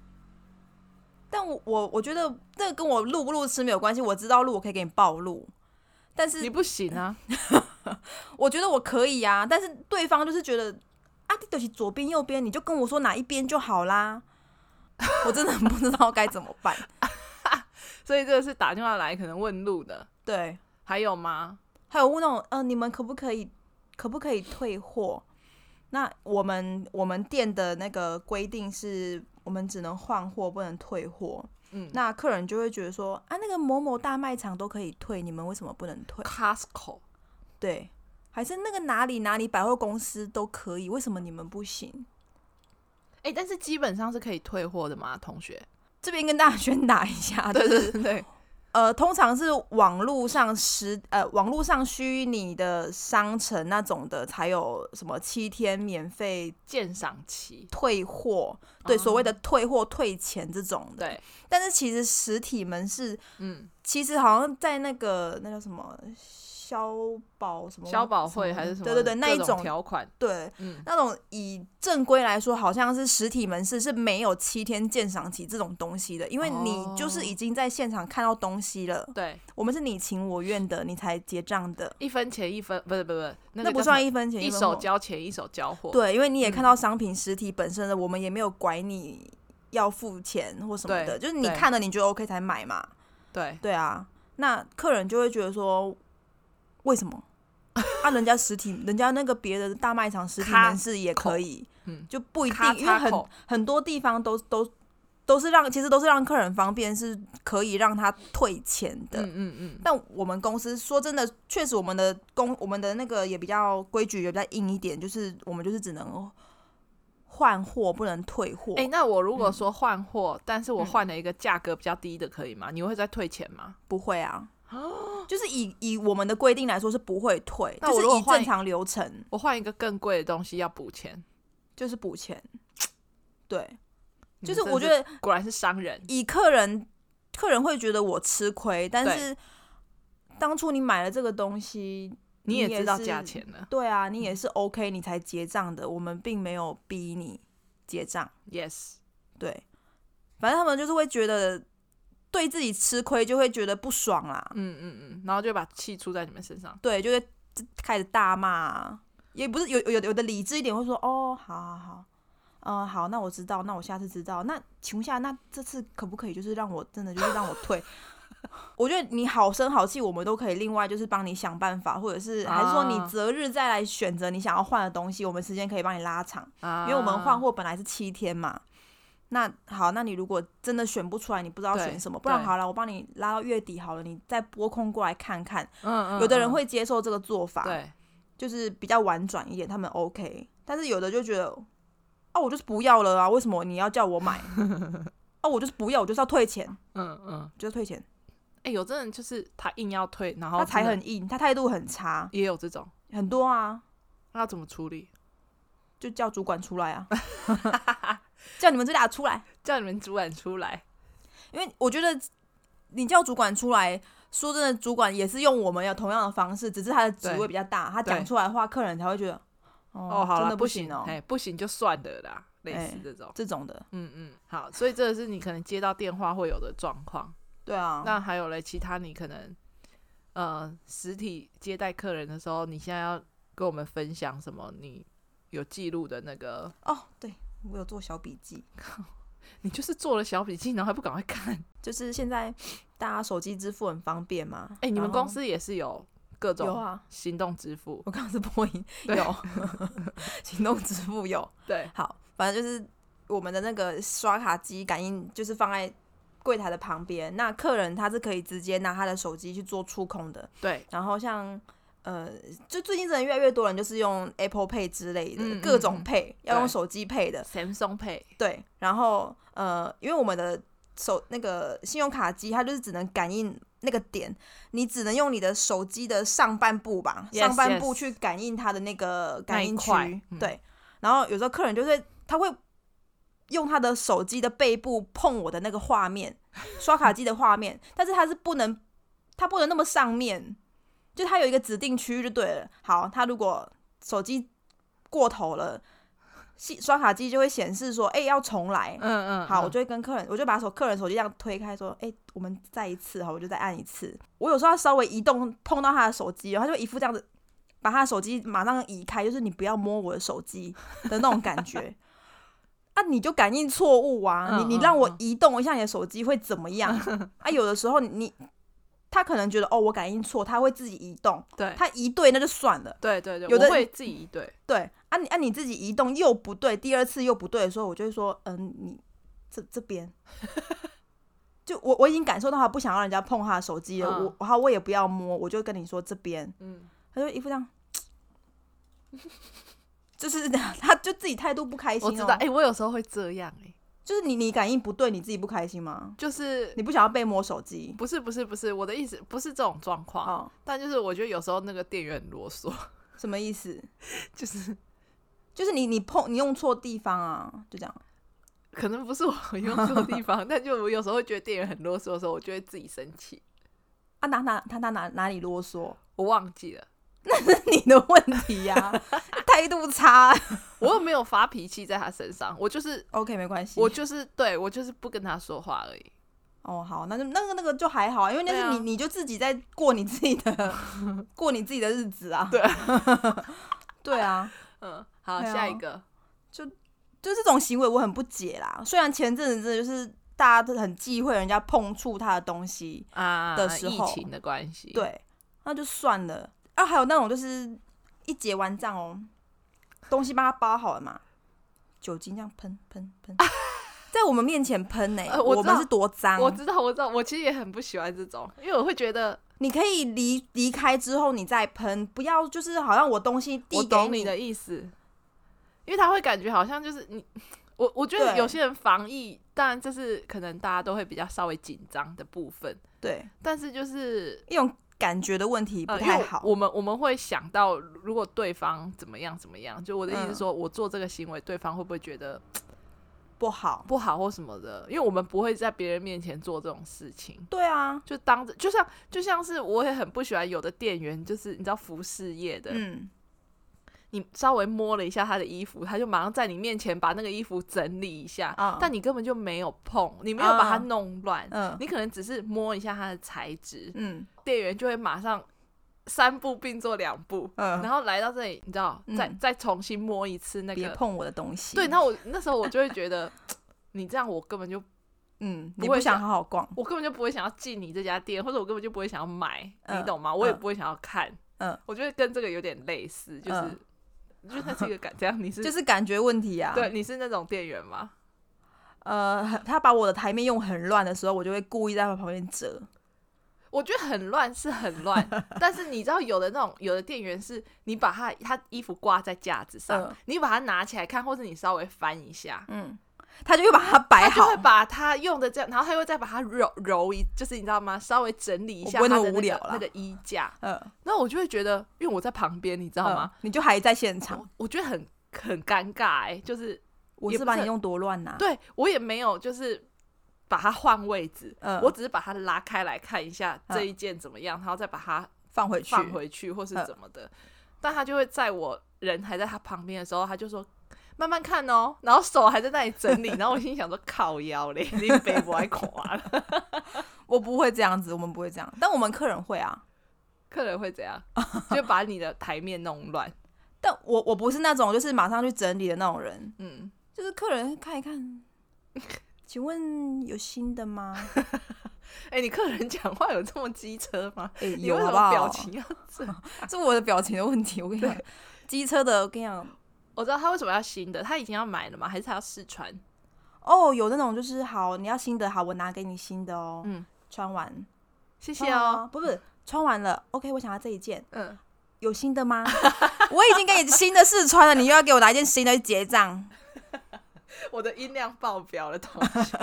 [SPEAKER 2] 但我我我觉得这个跟我路不路痴没有关系，我知道路，我可以给你报路。但
[SPEAKER 1] 你
[SPEAKER 2] 是
[SPEAKER 1] 不行啊，
[SPEAKER 2] 我觉得我可以啊，但是对方就是觉得啊，你就是左边右边，你就跟我说哪一边就好啦。我真的很不知道该怎么办。
[SPEAKER 1] 所以这个是打电话来可能问路的。
[SPEAKER 2] 对，
[SPEAKER 1] 还有吗？
[SPEAKER 2] 还有问那种，呃，你们可不可以可不可以退货？那我们我们店的那个规定是我们只能换货，不能退货。
[SPEAKER 1] 嗯
[SPEAKER 2] 那客人就会觉得说啊，那个某某大卖场都可以退，你们为什么不能退？
[SPEAKER 1] Costco，
[SPEAKER 2] 对，还是那个哪里哪里百货公司都可以，为什么你们不行？
[SPEAKER 1] 哎、但是基本上是可以退货的嘛，同学。
[SPEAKER 2] 这边跟大家 宣打一下，
[SPEAKER 1] 对
[SPEAKER 2] 就
[SPEAKER 1] 对
[SPEAKER 2] 是
[SPEAKER 1] 对 对，
[SPEAKER 2] 呃，通常是网络上实呃网络上虚拟的商城那种的，才有什么七天免费
[SPEAKER 1] 鉴赏期，
[SPEAKER 2] 退货，对，所谓的退货退钱这种的。
[SPEAKER 1] 哦对，
[SPEAKER 2] 但是其实实体门市，
[SPEAKER 1] 嗯，
[SPEAKER 2] 其实好像在那个那叫什么消保什么
[SPEAKER 1] 消保会还是什么？
[SPEAKER 2] 对对对，那一
[SPEAKER 1] 各
[SPEAKER 2] 种
[SPEAKER 1] 条款，
[SPEAKER 2] 对，
[SPEAKER 1] 嗯，
[SPEAKER 2] 那种以正规来说，好像是实体门市是没有七天鉴赏期这种东西的，因为你就是已经在现场看到东西了。
[SPEAKER 1] 对，
[SPEAKER 2] 我们是你情我愿的，你才结账的，
[SPEAKER 1] 一分钱一分，不是不是不是，那
[SPEAKER 2] 那
[SPEAKER 1] 个
[SPEAKER 2] 不
[SPEAKER 1] 叫
[SPEAKER 2] 算
[SPEAKER 1] 什
[SPEAKER 2] 一分钱
[SPEAKER 1] 么一
[SPEAKER 2] 分
[SPEAKER 1] 手
[SPEAKER 2] 货。
[SPEAKER 1] 交钱一手交货。
[SPEAKER 2] 对，因为你也
[SPEAKER 1] 嗯
[SPEAKER 2] 看到商品实体本身的，我们也没有拐你要付钱或什么
[SPEAKER 1] 对
[SPEAKER 2] 的，就是你
[SPEAKER 1] 对
[SPEAKER 2] 看了你觉得 OK 才买嘛。
[SPEAKER 1] 对
[SPEAKER 2] 对啊，那客人就会觉得说，为什么？啊，人家实体，人家那个别的大卖场实体
[SPEAKER 1] 咔
[SPEAKER 2] 门市也
[SPEAKER 1] 口
[SPEAKER 2] 可以，
[SPEAKER 1] 嗯
[SPEAKER 2] 就不一
[SPEAKER 1] 咔
[SPEAKER 2] 定，因为
[SPEAKER 1] 嚓
[SPEAKER 2] 很
[SPEAKER 1] 口
[SPEAKER 2] 很多地方都都都是让，其实都是让客人方便，是可以让他退钱的。
[SPEAKER 1] 嗯嗯嗯，
[SPEAKER 2] 但我们公司说真的，确实我们的公我们的那个也比较规矩也比较硬一点，就是我们就是只能换货，不能退货。
[SPEAKER 1] 哎、那我如果说换货，但是我
[SPEAKER 2] 嗯
[SPEAKER 1] 换了一个价格比较低的，可以吗？你会再退钱吗？
[SPEAKER 2] 不会啊，就是以以我们的规定来说是不会退，
[SPEAKER 1] 哦那
[SPEAKER 2] 就
[SPEAKER 1] 我
[SPEAKER 2] 是
[SPEAKER 1] 如果
[SPEAKER 2] 以
[SPEAKER 1] 换
[SPEAKER 2] 正常流程
[SPEAKER 1] 我换一个更贵的东西要补钱，
[SPEAKER 2] 就是补钱。对，
[SPEAKER 1] 你
[SPEAKER 2] 就
[SPEAKER 1] 们
[SPEAKER 2] 是
[SPEAKER 1] 真
[SPEAKER 2] 我
[SPEAKER 1] 的
[SPEAKER 2] 觉得
[SPEAKER 1] 果然是商人，
[SPEAKER 2] 以客人客人会觉得我吃亏，但是当初你买了这个东西，
[SPEAKER 1] 你
[SPEAKER 2] 也
[SPEAKER 1] 也知道
[SPEAKER 2] 是
[SPEAKER 1] 价，钱嗯了。
[SPEAKER 2] 对啊，你也是 OK，你才结账的，我们并没有逼你结账。
[SPEAKER 1] Yes，
[SPEAKER 2] 对，反正他们就是会觉得对自己吃亏，就会觉得不爽啦，
[SPEAKER 1] 嗯嗯嗯，然后就把气出在你们身上。
[SPEAKER 2] 对，就会开始大骂啊，也不是有有有的理智一点会说，哦，好好好，嗯、好，那我知道，那我下次知道，那请问一下，那这次可不可以就是让我真的就是让我退？ 我觉得你好声好气，我们都可以另外就是帮你想办法，或者是还是说
[SPEAKER 1] 啊
[SPEAKER 2] 你择日再来选择你想要换的东西，我们时间可以帮你拉长。
[SPEAKER 1] 啊，
[SPEAKER 2] 因为我们换货本来是七天嘛。那好，那你如果真的选不出来，你不知道
[SPEAKER 1] 对
[SPEAKER 2] 选什么，不然
[SPEAKER 1] 对
[SPEAKER 2] 好了，我帮你拉到月底好了，你再拨空过来看看。
[SPEAKER 1] 嗯，嗯
[SPEAKER 2] 有的人
[SPEAKER 1] 嗯
[SPEAKER 2] 会接受这个做法，
[SPEAKER 1] 对，
[SPEAKER 2] 就是比较婉转一点，他们啊 OK。但是有的就觉得，哦，我就是不要了啊，为什么你要叫我买？哦，我就是不要，我就是要退钱，
[SPEAKER 1] 嗯嗯，
[SPEAKER 2] 就是退钱。
[SPEAKER 1] 哎、有真人就是他硬要退，然后
[SPEAKER 2] 他才
[SPEAKER 1] 真的
[SPEAKER 2] 很硬，他态度很差，
[SPEAKER 1] 也有这种，
[SPEAKER 2] 很多啊，
[SPEAKER 1] 那要怎么处理？
[SPEAKER 2] 就叫主管出 来啊，叫你们这俩出来，
[SPEAKER 1] 叫你们主管出来，
[SPEAKER 2] 因为我觉得你叫主管出来，说真的，主管也是用我们有同样的方式，只是他的职位
[SPEAKER 1] 对
[SPEAKER 2] 比较大，他
[SPEAKER 1] 对
[SPEAKER 2] 讲出来的话，客人才会觉得哦
[SPEAKER 1] 哦，好
[SPEAKER 2] 真
[SPEAKER 1] 了，
[SPEAKER 2] 的不
[SPEAKER 1] 行
[SPEAKER 2] 行哦，
[SPEAKER 1] 哎、不行就算了啦，类
[SPEAKER 2] 哎
[SPEAKER 1] 似这种，
[SPEAKER 2] 这种的，
[SPEAKER 1] 嗯嗯，好，所以这个是你可能接到电话会有的状况。
[SPEAKER 2] 对 啊，
[SPEAKER 1] 那还有嘞，其他你可能呃实体接待客人的时候，你现在要跟我们分享什么？你有记录的那个，
[SPEAKER 2] 哦，对我有做小笔记，
[SPEAKER 1] 你就是做了小笔记，然后还不赶快看？
[SPEAKER 2] 就是现在大家手机支付很方便嘛，
[SPEAKER 1] 哎、你们
[SPEAKER 2] 然后
[SPEAKER 1] 公司也是有各
[SPEAKER 2] 有
[SPEAKER 1] 种
[SPEAKER 2] 啊？
[SPEAKER 1] 行动支付，
[SPEAKER 2] 我刚刚是播音，
[SPEAKER 1] 对
[SPEAKER 2] 有行动支付有，
[SPEAKER 1] 对，
[SPEAKER 2] 好，反正就是我们的那个刷卡机感应就是放在柜台的旁边，那客人他是可以直接拿他的手机去做触控的。
[SPEAKER 1] 对，
[SPEAKER 2] 然后像呃，就最近真的越来越多人就是用 Apple Pay 之类的、
[SPEAKER 1] 嗯
[SPEAKER 2] 各
[SPEAKER 1] 嗯
[SPEAKER 2] 种
[SPEAKER 1] 嗯
[SPEAKER 2] Pay，要用
[SPEAKER 1] 对
[SPEAKER 2] 手机 Pay 的，
[SPEAKER 1] Samsung Pay，
[SPEAKER 2] 对。然后呃，因为我们的手那个信用卡机它就是只能感应。那个点，你只能用你的手机的上半部吧
[SPEAKER 1] Yes,
[SPEAKER 2] 上半部
[SPEAKER 1] yes
[SPEAKER 2] 去感应它的那个
[SPEAKER 1] 那
[SPEAKER 2] 感
[SPEAKER 1] 一
[SPEAKER 2] 应区
[SPEAKER 1] 块嗯
[SPEAKER 2] 对。然后有时候客人就会，他会用他的手机的背部碰我的那个画面，刷卡机的画面，但是他是不能，他不能那么上面，就他有一个指定区域就对了。好，他如果手机过头了，系刷卡机就会显示说，哎、要重来。
[SPEAKER 1] 嗯嗯，
[SPEAKER 2] 好，我
[SPEAKER 1] 嗯
[SPEAKER 2] 就会跟客人，我就把手客人手机这样推开，说：“哎、我们再一次，好，我就再按一次。”我有时候要稍微移动碰到他的手机哦，他就一副这样子，把他的手机马上移开，就是你不要摸我的手机的那种 感觉。啊，你就感应错误啊！
[SPEAKER 1] 嗯
[SPEAKER 2] 你
[SPEAKER 1] 嗯
[SPEAKER 2] 你让我
[SPEAKER 1] 嗯
[SPEAKER 2] 移动一下你的手机会怎么 样？啊，有的时候你他可能觉得哦，我感应错，他会自己移动，
[SPEAKER 1] 对
[SPEAKER 2] 他移对那就算了。
[SPEAKER 1] 对对对，
[SPEAKER 2] 有
[SPEAKER 1] 我
[SPEAKER 2] 的
[SPEAKER 1] 会自己一对，
[SPEAKER 2] 对啊你，啊你自己移动又不对，第二次又不对的时候，我就会说，嗯，你这 这边，就我我已经感受到他不想让人家碰他的手机了，
[SPEAKER 1] 嗯
[SPEAKER 2] 我然后我也不要摸，我就跟你说这边，
[SPEAKER 1] 嗯，
[SPEAKER 2] 他就一副这样， 就是这样他就自己态度不开心、
[SPEAKER 1] 我
[SPEAKER 2] 哦，
[SPEAKER 1] 知道，哎、我有时候会这样、哎，
[SPEAKER 2] 就是你你感应不对，你自己不开心吗？
[SPEAKER 1] 就是
[SPEAKER 2] 你不想要被摸手机？
[SPEAKER 1] 不是不是不是，我的意思不是这种状况，
[SPEAKER 2] 哦，
[SPEAKER 1] 但就是我觉得有时候那个店员很啰嗦，
[SPEAKER 2] 什么意思？
[SPEAKER 1] 就是
[SPEAKER 2] 就是你你碰你用错地方啊，就这样。
[SPEAKER 1] 可能不是我用错地方， 但就我有时候会觉得店员很啰嗦的时候，我就会自己生气，
[SPEAKER 2] 啊哪哪他他哪哪里啰嗦？
[SPEAKER 1] 我忘记了，
[SPEAKER 2] 你的问题呀、态度差。
[SPEAKER 1] 我又没有发脾气在他身上，我就是
[SPEAKER 2] OK，没关系。
[SPEAKER 1] 我就是对我就是不跟他说话而已，
[SPEAKER 2] 哦，好，那就那个那个就还好啊，因为那
[SPEAKER 1] 对
[SPEAKER 2] 是
[SPEAKER 1] 啊
[SPEAKER 2] 你、你就自己在过你自己 的过你自己的日子啊。
[SPEAKER 1] 对，
[SPEAKER 2] 对啊，
[SPEAKER 1] 嗯，好，
[SPEAKER 2] 对啊
[SPEAKER 1] 下一个，
[SPEAKER 2] 就这种行为我很不解啦。虽然前阵子真的就是大家都很忌讳人家碰触他的东西，
[SPEAKER 1] 啊
[SPEAKER 2] 的时
[SPEAKER 1] 疫
[SPEAKER 2] 候
[SPEAKER 1] 情的关系，，
[SPEAKER 2] 对，那就算了。啊，还有那种就是一结完账哦，东西帮他包好了嘛，酒精这样喷喷 喷，在我们面前喷呢、
[SPEAKER 1] 呃我
[SPEAKER 2] 我
[SPEAKER 1] 知
[SPEAKER 2] 们
[SPEAKER 1] 道
[SPEAKER 2] 是多脏，
[SPEAKER 1] 我知道我知道，我其实也很不喜欢这种，因为我会觉得
[SPEAKER 2] 你可以离离开之后你再喷，不要就是好像我东西
[SPEAKER 1] 我
[SPEAKER 2] 递给
[SPEAKER 1] 懂你的意思，因为他会感觉好像就是你。我我觉得
[SPEAKER 2] 对
[SPEAKER 1] 有些人防疫，当然这是可能大家都会比较稍微紧张的部分，
[SPEAKER 2] 对
[SPEAKER 1] 但是就是
[SPEAKER 2] 一种感觉的问题不
[SPEAKER 1] 呃，因
[SPEAKER 2] 太
[SPEAKER 1] 为
[SPEAKER 2] 好。
[SPEAKER 1] 我们我们会想到，如果对方怎么样怎么样，就我的意思是
[SPEAKER 2] 嗯
[SPEAKER 1] 说，我做这个行为，对方会不会觉得
[SPEAKER 2] 不好。
[SPEAKER 1] 不好或什么的？因为我们不会在别人面前做这种事情。
[SPEAKER 2] 对啊，
[SPEAKER 1] 就当着，就像就像是我也很不喜欢有的店员，就是你知道服饰业的，
[SPEAKER 2] 嗯，
[SPEAKER 1] 你稍微摸了一下他的衣服，他就马上在你面前把那个衣服整理一下，
[SPEAKER 2] 啊
[SPEAKER 1] 但你根本就没有碰，你没有把它
[SPEAKER 2] 啊
[SPEAKER 1] 弄乱，
[SPEAKER 2] 嗯
[SPEAKER 1] 你可能只是摸一下它的材质，
[SPEAKER 2] 嗯
[SPEAKER 1] 店员就会马上三步并作两步，
[SPEAKER 2] 嗯，
[SPEAKER 1] 然后来到这里，你知道，再、
[SPEAKER 2] 嗯
[SPEAKER 1] 再重新摸一次那
[SPEAKER 2] 别
[SPEAKER 1] 个，
[SPEAKER 2] 碰我的东西。
[SPEAKER 1] 对，然后我那时候我就会觉得，你这样我根本就
[SPEAKER 2] 嗯，
[SPEAKER 1] 不
[SPEAKER 2] 你
[SPEAKER 1] 会
[SPEAKER 2] 不想
[SPEAKER 1] 想
[SPEAKER 2] 好好逛。
[SPEAKER 1] 我根本就不会想要进你这家店，或者我根本就不会想要买，
[SPEAKER 2] 嗯
[SPEAKER 1] 你懂吗？我也
[SPEAKER 2] 嗯
[SPEAKER 1] 不会想要看，
[SPEAKER 2] 嗯，
[SPEAKER 1] 我觉得跟这个有点类似，就是、
[SPEAKER 2] 嗯
[SPEAKER 1] 就是它是一个感，这 样你是
[SPEAKER 2] 就是感觉问题啊，
[SPEAKER 1] 对，，你是那种店员吗？
[SPEAKER 2] 呃，很他把我的台面用很乱的时候，我就会故意在他旁边折，
[SPEAKER 1] 我觉得很乱是很乱， 但是你知道有的那种有的店员是你把他他衣服挂在架子上，
[SPEAKER 2] 嗯
[SPEAKER 1] 你把它拿起来看，或是你稍微翻一下，
[SPEAKER 2] 嗯，他就又把它摆
[SPEAKER 1] 他就
[SPEAKER 2] 好
[SPEAKER 1] 会。把它用的这样，然后他又再把它揉揉一，就是你知道吗？稍微整理一下
[SPEAKER 2] 我不会那
[SPEAKER 1] 他
[SPEAKER 2] 么
[SPEAKER 1] 的那
[SPEAKER 2] 无聊
[SPEAKER 1] 个
[SPEAKER 2] 啦
[SPEAKER 1] 那个衣架，
[SPEAKER 2] 嗯，
[SPEAKER 1] 那我就会觉得，因为我在旁边，你知道吗？
[SPEAKER 2] 嗯？你就还在现场
[SPEAKER 1] 我，我觉得很很尴尬哎、就是
[SPEAKER 2] 我
[SPEAKER 1] 也
[SPEAKER 2] 是
[SPEAKER 1] 不
[SPEAKER 2] 把
[SPEAKER 1] 是
[SPEAKER 2] 你用多乱啊呐、
[SPEAKER 1] 对我也没有就是把它换位置，
[SPEAKER 2] 嗯
[SPEAKER 1] 我只是把它拉开来看一下
[SPEAKER 2] 嗯
[SPEAKER 1] 这一件怎么样，然后再把它
[SPEAKER 2] 放回去，
[SPEAKER 1] 放回去或是
[SPEAKER 2] 嗯
[SPEAKER 1] 怎么的。但他就会在我人还在他旁边的时候，他就说。慢慢看哦，然后手还在那里整理，然后我心里想说靠腰嘞，你背不爱垮了。
[SPEAKER 2] 我不会这样子，我们不会这样，但我们客人会啊。
[SPEAKER 1] 客人会怎样？ 就把你的台面弄乱。
[SPEAKER 2] 但我我不是那种就是马上去整理的那种人，
[SPEAKER 1] 嗯，
[SPEAKER 2] 就是客人看一看， 请问有新的吗？
[SPEAKER 1] 哎、你客人讲话有这么机车吗？
[SPEAKER 2] 诶
[SPEAKER 1] 你
[SPEAKER 2] 有啊
[SPEAKER 1] 为什
[SPEAKER 2] 好不
[SPEAKER 1] 么
[SPEAKER 2] 好？
[SPEAKER 1] 表情啊要这样？
[SPEAKER 2] 这我的表情的问题，我跟你讲，机车的，我跟你讲，
[SPEAKER 1] 我知道他为什么要新的，他已经要买了吗？还是他要试穿？
[SPEAKER 2] 哦，有那种就是好，你要新的，好，我拿给你新的哦。
[SPEAKER 1] 嗯，
[SPEAKER 2] 穿完，
[SPEAKER 1] 谢
[SPEAKER 2] 谢
[SPEAKER 1] 谢哦。
[SPEAKER 2] 不是穿完了，OK，我想要这一件，
[SPEAKER 1] 嗯，
[SPEAKER 2] 有新的吗？ 我已经给你新的试穿了，你又要给我来一件新的去结账，
[SPEAKER 1] 我的音量爆表了， 同学，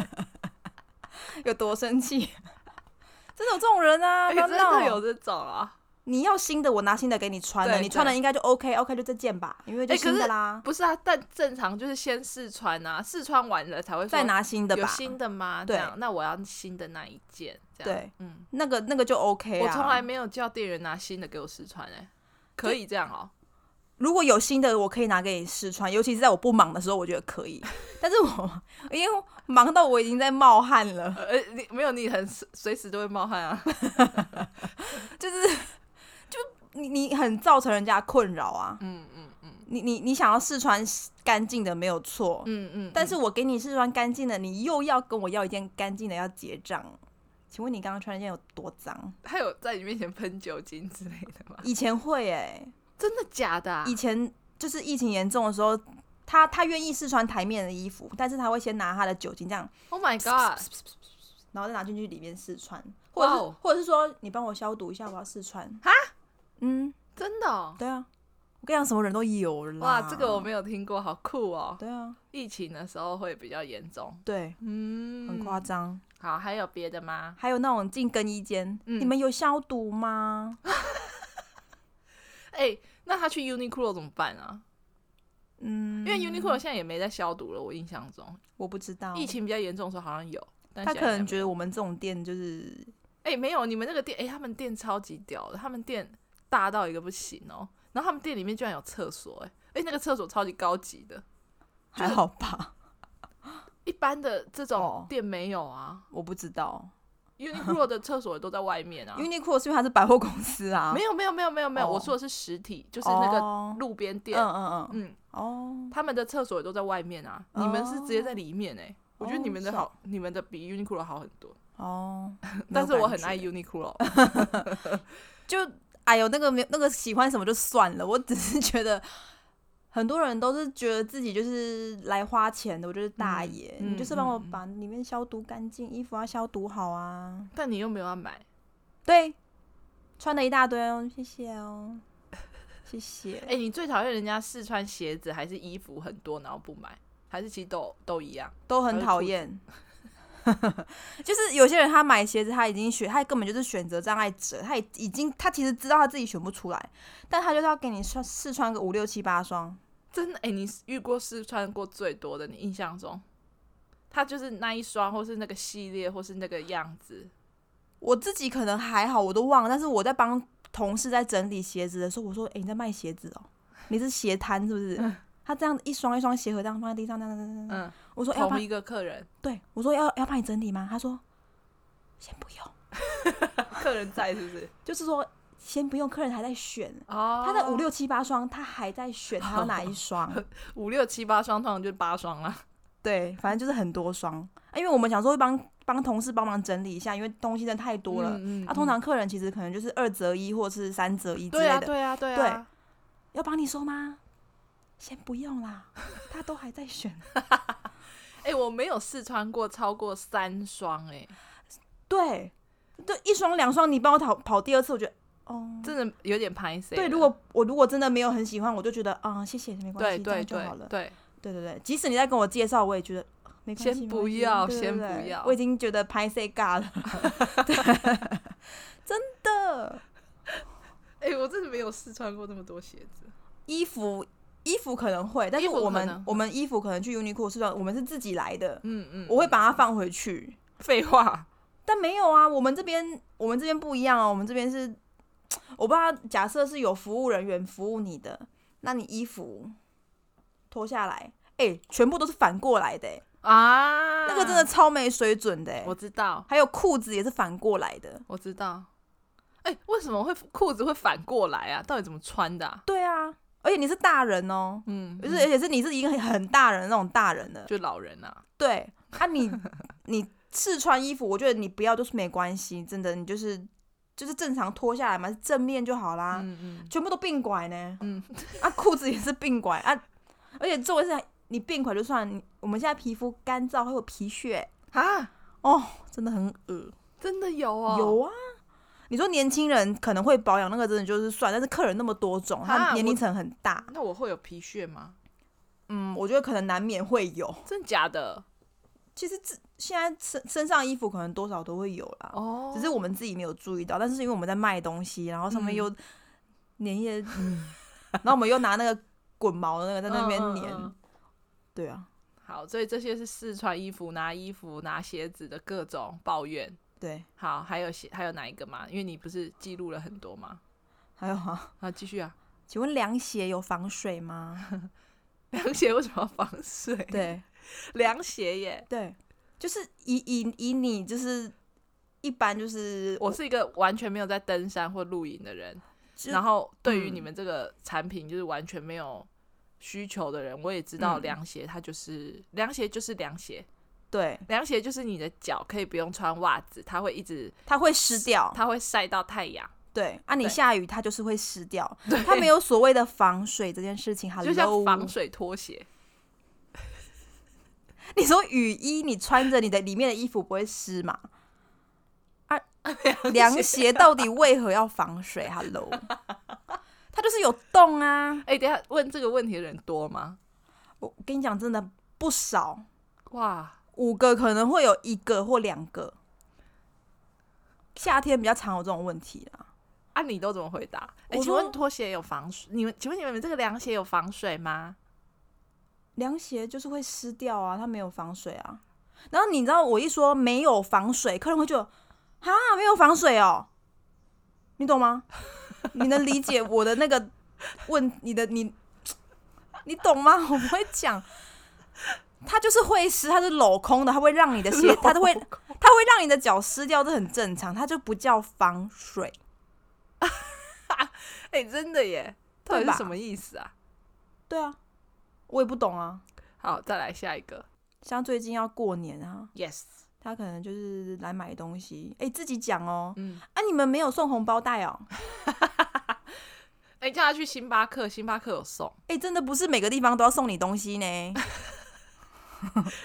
[SPEAKER 2] 有多生气？ 真的有这种人啊！
[SPEAKER 1] 哎
[SPEAKER 2] 不要
[SPEAKER 1] 真的
[SPEAKER 2] 闹
[SPEAKER 1] 有这种啊？
[SPEAKER 2] 你要新的，我拿新的给你穿了，
[SPEAKER 1] 对
[SPEAKER 2] 你穿了应该就 OK OK 就这件吧，因为就
[SPEAKER 1] 哎可是
[SPEAKER 2] 新的啦，
[SPEAKER 1] 不是啊，但正常就是先试穿啊，试穿完了才会说
[SPEAKER 2] 再拿新的
[SPEAKER 1] 有
[SPEAKER 2] 吧。
[SPEAKER 1] 新的吗？这
[SPEAKER 2] 对
[SPEAKER 1] 样，那我要新的那一件。这样，
[SPEAKER 2] 对，
[SPEAKER 1] 嗯，
[SPEAKER 2] 那个那个就 OK 啊。
[SPEAKER 1] 我从来没有叫店员拿新的给我试穿，哎，可以这样哦。
[SPEAKER 2] 如果有新的，我可以拿给你试穿，尤其是在我不忙的时候，我觉得 可以。但是我因为忙到我已经在冒汗了，
[SPEAKER 1] 呃，你没有你很随时都会冒汗啊。
[SPEAKER 2] 就是就你你很造成人家困扰啊。
[SPEAKER 1] 嗯嗯嗯
[SPEAKER 2] 你你你想要试穿干净的没有错，
[SPEAKER 1] 嗯嗯，
[SPEAKER 2] 但是我给你试穿干净的，你又要跟我要一件干净的要结账，请问你刚刚穿那件有多脏？
[SPEAKER 1] 他有在你面前喷酒精之类的吗？
[SPEAKER 2] 以前会哎、
[SPEAKER 1] 真的假的、啊？
[SPEAKER 2] 以前就是疫情严重的时候，他他愿意试穿台面的衣服，但是他会先拿他的酒精这样，
[SPEAKER 1] Oh my god！
[SPEAKER 2] 然后再拿进去里面试穿，或者是、
[SPEAKER 1] 哇哦
[SPEAKER 2] 或者是说你帮我消毒一下，我要试穿。
[SPEAKER 1] 哈，
[SPEAKER 2] 嗯，
[SPEAKER 1] 真的哦、
[SPEAKER 2] 对啊，我跟你讲，什么人都有啦。
[SPEAKER 1] 哇，这个我没有听过，好酷哦！
[SPEAKER 2] 对啊，
[SPEAKER 1] 疫情的时候会比较严重，
[SPEAKER 2] 对，
[SPEAKER 1] 嗯，
[SPEAKER 2] 很夸。张。
[SPEAKER 1] 好，还有别的吗？
[SPEAKER 2] 还有那种进更衣间，
[SPEAKER 1] 嗯
[SPEAKER 2] 你们有消毒吗？
[SPEAKER 1] 哎、那他去 Uniqlo 怎么办啊？
[SPEAKER 2] 嗯，
[SPEAKER 1] 因为 Uniqlo 现在也没在消毒了，我印象中、
[SPEAKER 2] 我不知道，
[SPEAKER 1] 疫情比较严重的时候好像有，但
[SPEAKER 2] 他
[SPEAKER 1] 现在
[SPEAKER 2] 可
[SPEAKER 1] 应该
[SPEAKER 2] 能
[SPEAKER 1] 没
[SPEAKER 2] 觉得我们这种店就是
[SPEAKER 1] 哎、没有，你们那个店，哎、他们店超级屌的，他们店大到一个不行哦。然后他们店里面居然有厕所、哎，哎，那个厕所超级高级的，
[SPEAKER 2] 还好吧，
[SPEAKER 1] 一般的这种
[SPEAKER 2] 哦
[SPEAKER 1] 店没有啊。
[SPEAKER 2] 我不知道。
[SPEAKER 1] Uniqlo 的厕所都在外面啊。
[SPEAKER 2] Uniqlo 是因为它是百货公司啊，
[SPEAKER 1] 没有没有没有没有没有，
[SPEAKER 2] 哦
[SPEAKER 1] 我说的是实体，就是那个
[SPEAKER 2] 哦
[SPEAKER 1] 路边店，
[SPEAKER 2] 嗯嗯嗯，
[SPEAKER 1] 嗯，
[SPEAKER 2] 哦，
[SPEAKER 1] 他们的厕所也都在外面啊，你们是直接在里面哎、我觉得
[SPEAKER 2] 哦
[SPEAKER 1] 你们的
[SPEAKER 2] 是
[SPEAKER 1] 好，
[SPEAKER 2] 哦
[SPEAKER 1] 你们的比 Uniqlo 好很多，
[SPEAKER 2] 哦，没
[SPEAKER 1] 但
[SPEAKER 2] 有
[SPEAKER 1] 是我
[SPEAKER 2] 感
[SPEAKER 1] 很
[SPEAKER 2] 觉
[SPEAKER 1] 爱 Uniqlo，
[SPEAKER 2] 就哎呦，那个没有那个喜欢什么就算了，我只是觉得很多人都是觉得自己就是来花钱的，我就是大
[SPEAKER 1] 嗯
[SPEAKER 2] 爷，
[SPEAKER 1] 嗯
[SPEAKER 2] 你就是帮我
[SPEAKER 1] 嗯
[SPEAKER 2] 把里面消毒干净，衣服要消毒好啊，
[SPEAKER 1] 但你又没有要买，
[SPEAKER 2] 对，穿了一大堆哦，谢谢哦，谢谢。
[SPEAKER 1] 哎、你最讨厌人家试穿鞋子还是衣服很多然后不买，还是其实都都一样？
[SPEAKER 2] 都
[SPEAKER 1] 还
[SPEAKER 2] 很
[SPEAKER 1] 是
[SPEAKER 2] 讨
[SPEAKER 1] 兔子
[SPEAKER 2] 厌。 就是有些人他买鞋子，他已经选，他根本就是选择障碍者，他已已经他其实知道他自己选不出来，但他就是要给你穿试穿个五六七八双，
[SPEAKER 1] 真的哎、你遇过试穿过最多的，你印象中，它就是那一双，或是那个系列，或是那个样子。
[SPEAKER 2] 我自己可能还好，我都忘了，但是我在帮同事在整理鞋子的时候，我说：“诶，你在卖鞋子哦，你是鞋摊是不是？”他这样一双一双鞋盒这样放在地上，这样这样这样这样。
[SPEAKER 1] 嗯，
[SPEAKER 2] 我说：“要
[SPEAKER 1] 同
[SPEAKER 2] 帮，
[SPEAKER 1] 一个客人，
[SPEAKER 2] 对我说要要帮你整理吗？”他说：“先不用，
[SPEAKER 1] 客人在是不是？
[SPEAKER 2] 就是说先不用，客人还在选。”
[SPEAKER 1] 哦
[SPEAKER 2] 他的五六七八双，他还在 选他要哪一双。
[SPEAKER 1] 五六七八双，通常就是八双啦。
[SPEAKER 2] 对，反正就是很多双。啊因为我们想说会帮帮同事帮忙整理一下，因为东西真的太多了。
[SPEAKER 1] 嗯嗯
[SPEAKER 2] 啊，通常客人其实可能就是二折一或是三折一之
[SPEAKER 1] 对
[SPEAKER 2] 类
[SPEAKER 1] 啊，
[SPEAKER 2] 的。
[SPEAKER 1] 对啊，对啊。
[SPEAKER 2] 要帮你收吗？先不用啦， 他都还在选。
[SPEAKER 1] 哎、我没有试穿过超过三双、哎，
[SPEAKER 2] 对，就一双两双，你帮我跑跑第二次，我觉得哦，
[SPEAKER 1] 真的有点拍谁。
[SPEAKER 2] 对，如果我如果真的没有很喜欢，我就觉得啊、谢谢，没关
[SPEAKER 1] 对
[SPEAKER 2] 系，这
[SPEAKER 1] 对
[SPEAKER 2] 样就
[SPEAKER 1] 对
[SPEAKER 2] 好了。
[SPEAKER 1] 对，
[SPEAKER 2] 对对对，即使你在跟我介绍，我也觉得呃没关系，
[SPEAKER 1] 先
[SPEAKER 2] 没
[SPEAKER 1] 不
[SPEAKER 2] 关系
[SPEAKER 1] 要
[SPEAKER 2] 对对
[SPEAKER 1] 先
[SPEAKER 2] 对
[SPEAKER 1] 不要
[SPEAKER 2] 我已经觉得拍 C 尬了，对真的，
[SPEAKER 1] 哎、我真的没有试穿过那么多鞋子。
[SPEAKER 2] 衣服衣服可能会，但
[SPEAKER 1] 衣
[SPEAKER 2] 是
[SPEAKER 1] 服可
[SPEAKER 2] 我们
[SPEAKER 1] 能
[SPEAKER 2] 我们衣服可能去 Uniqlo 是算我们是自己来的，
[SPEAKER 1] 嗯嗯，
[SPEAKER 2] 我会把它放回去，
[SPEAKER 1] 废话，
[SPEAKER 2] 但没有啊，我们这边我们这边不一样哦，我们这边是，我不知道，假设是有服务人员服务你的，那你衣服脱下来，哎、全部都是反过来的、哎
[SPEAKER 1] 啊，
[SPEAKER 2] 那个真的，超没水准的、哎
[SPEAKER 1] 我知道，
[SPEAKER 2] 还有裤子也是反过来的。
[SPEAKER 1] 我知道。哎、为什么会裤子会反过来啊？到底怎么穿的、啊？
[SPEAKER 2] 对啊，而且你是大人哦，
[SPEAKER 1] 嗯，
[SPEAKER 2] 就是
[SPEAKER 1] 嗯
[SPEAKER 2] 而且是你是一个很很大人的那种大人的。
[SPEAKER 1] 就老人啊，
[SPEAKER 2] 对，啊 你你试穿衣服，我觉得你不要就是没关系，真的，你就是就是正常脱下来嘛，是正面就好啦。
[SPEAKER 1] 嗯嗯
[SPEAKER 2] 全部都并拐呢，
[SPEAKER 1] 嗯，
[SPEAKER 2] 啊裤子也是并拐啊，而且重点是你并拐就算，你我们现在皮肤干燥会有皮屑，
[SPEAKER 1] 啊，
[SPEAKER 2] 真的很恶
[SPEAKER 1] 真的有哦，
[SPEAKER 2] 有啊。你说年轻人可能会保养那个真的就是算，但是客人那么多种，
[SPEAKER 1] 啊
[SPEAKER 2] 他年龄
[SPEAKER 1] 我
[SPEAKER 2] 层很大，
[SPEAKER 1] 那我会有皮屑吗？
[SPEAKER 2] 嗯，我觉得可能难免会有。
[SPEAKER 1] 真的假的？
[SPEAKER 2] 其实这现在身身上衣服可能多少都会有啦，
[SPEAKER 1] 哦
[SPEAKER 2] 只是我们自己没有注意到。但是因为我们在卖东西，然后上面
[SPEAKER 1] 嗯
[SPEAKER 2] 又粘液， 然后我们又拿那个滚毛的那个在那边
[SPEAKER 1] 嗯嗯
[SPEAKER 2] 粘，
[SPEAKER 1] 嗯
[SPEAKER 2] 对啊，
[SPEAKER 1] 好，所以这些是试穿衣服、拿衣服、拿鞋子的各种抱怨。
[SPEAKER 2] 对，
[SPEAKER 1] 好，还有鞋，还有哪一个吗？因为你不是记录了很多吗？
[SPEAKER 2] 还有啊，
[SPEAKER 1] 好，继续啊。
[SPEAKER 2] 请问凉鞋有防水吗？
[SPEAKER 1] 凉鞋为什么要防水？，
[SPEAKER 2] 对
[SPEAKER 1] 凉鞋耶。
[SPEAKER 2] 对，就是以以以你就是一般就是
[SPEAKER 1] 我是一个完全没有在登山或露营的人，
[SPEAKER 2] 就
[SPEAKER 1] 然后对于
[SPEAKER 2] 嗯
[SPEAKER 1] 你们这个产品就是完全没有需求的人，我也知道
[SPEAKER 2] 嗯
[SPEAKER 1] 凉鞋它就是凉鞋就是凉鞋，
[SPEAKER 2] 对
[SPEAKER 1] 凉鞋就是你的脚可以不用穿袜子，它会一直
[SPEAKER 2] 它会湿掉，
[SPEAKER 1] 它会晒到太阳，
[SPEAKER 2] 对啊，你
[SPEAKER 1] 对
[SPEAKER 2] 下雨它就是会湿掉，
[SPEAKER 1] 对
[SPEAKER 2] 它没有所谓的防水这件事情。
[SPEAKER 1] 就像
[SPEAKER 2] Hello，
[SPEAKER 1] 防水拖鞋。
[SPEAKER 2] 你说雨衣，你穿着你的里面的衣服不会湿嘛？ 啊，凉鞋到底为何要防水？Hello，它就是有洞啊！
[SPEAKER 1] 哎、等一下问这个问题的人多吗？
[SPEAKER 2] 我跟你讲，真的不少，
[SPEAKER 1] 哇，
[SPEAKER 2] 五个可能会有一个或两个。夏天比较常有这种问题啊，
[SPEAKER 1] 啊，你都怎么回答？哎、
[SPEAKER 2] 我
[SPEAKER 1] 请
[SPEAKER 2] 说
[SPEAKER 1] 问拖鞋有防水？你们请问你们这个凉鞋有防水吗？
[SPEAKER 2] 凉鞋就是会湿掉啊，它没有防水啊。然后你知道我一说没有防水，客人会就哈没有防水哦，你懂吗？你能理解我的那个问你的你你懂吗？我不会讲，它就是会湿，它是镂空的，它会让 你的鞋，它都会它会让你的脚湿掉，这很正常，它就不叫防水。
[SPEAKER 1] 哎、真的耶，到底
[SPEAKER 2] 对
[SPEAKER 1] 是
[SPEAKER 2] 吧
[SPEAKER 1] 什么意思啊？
[SPEAKER 2] 对啊，我也不懂啊。
[SPEAKER 1] 好，再来下一个。
[SPEAKER 2] 像最近要过年啊，
[SPEAKER 1] Yes，
[SPEAKER 2] 他可能就是来买东西，哎、自己讲哦，
[SPEAKER 1] 嗯，
[SPEAKER 2] 啊，你们没有送红包袋哦？
[SPEAKER 1] 哎、叫他去星巴克，星巴克有 送，
[SPEAKER 2] 哎、真的不是每个地方都要送你东西呢。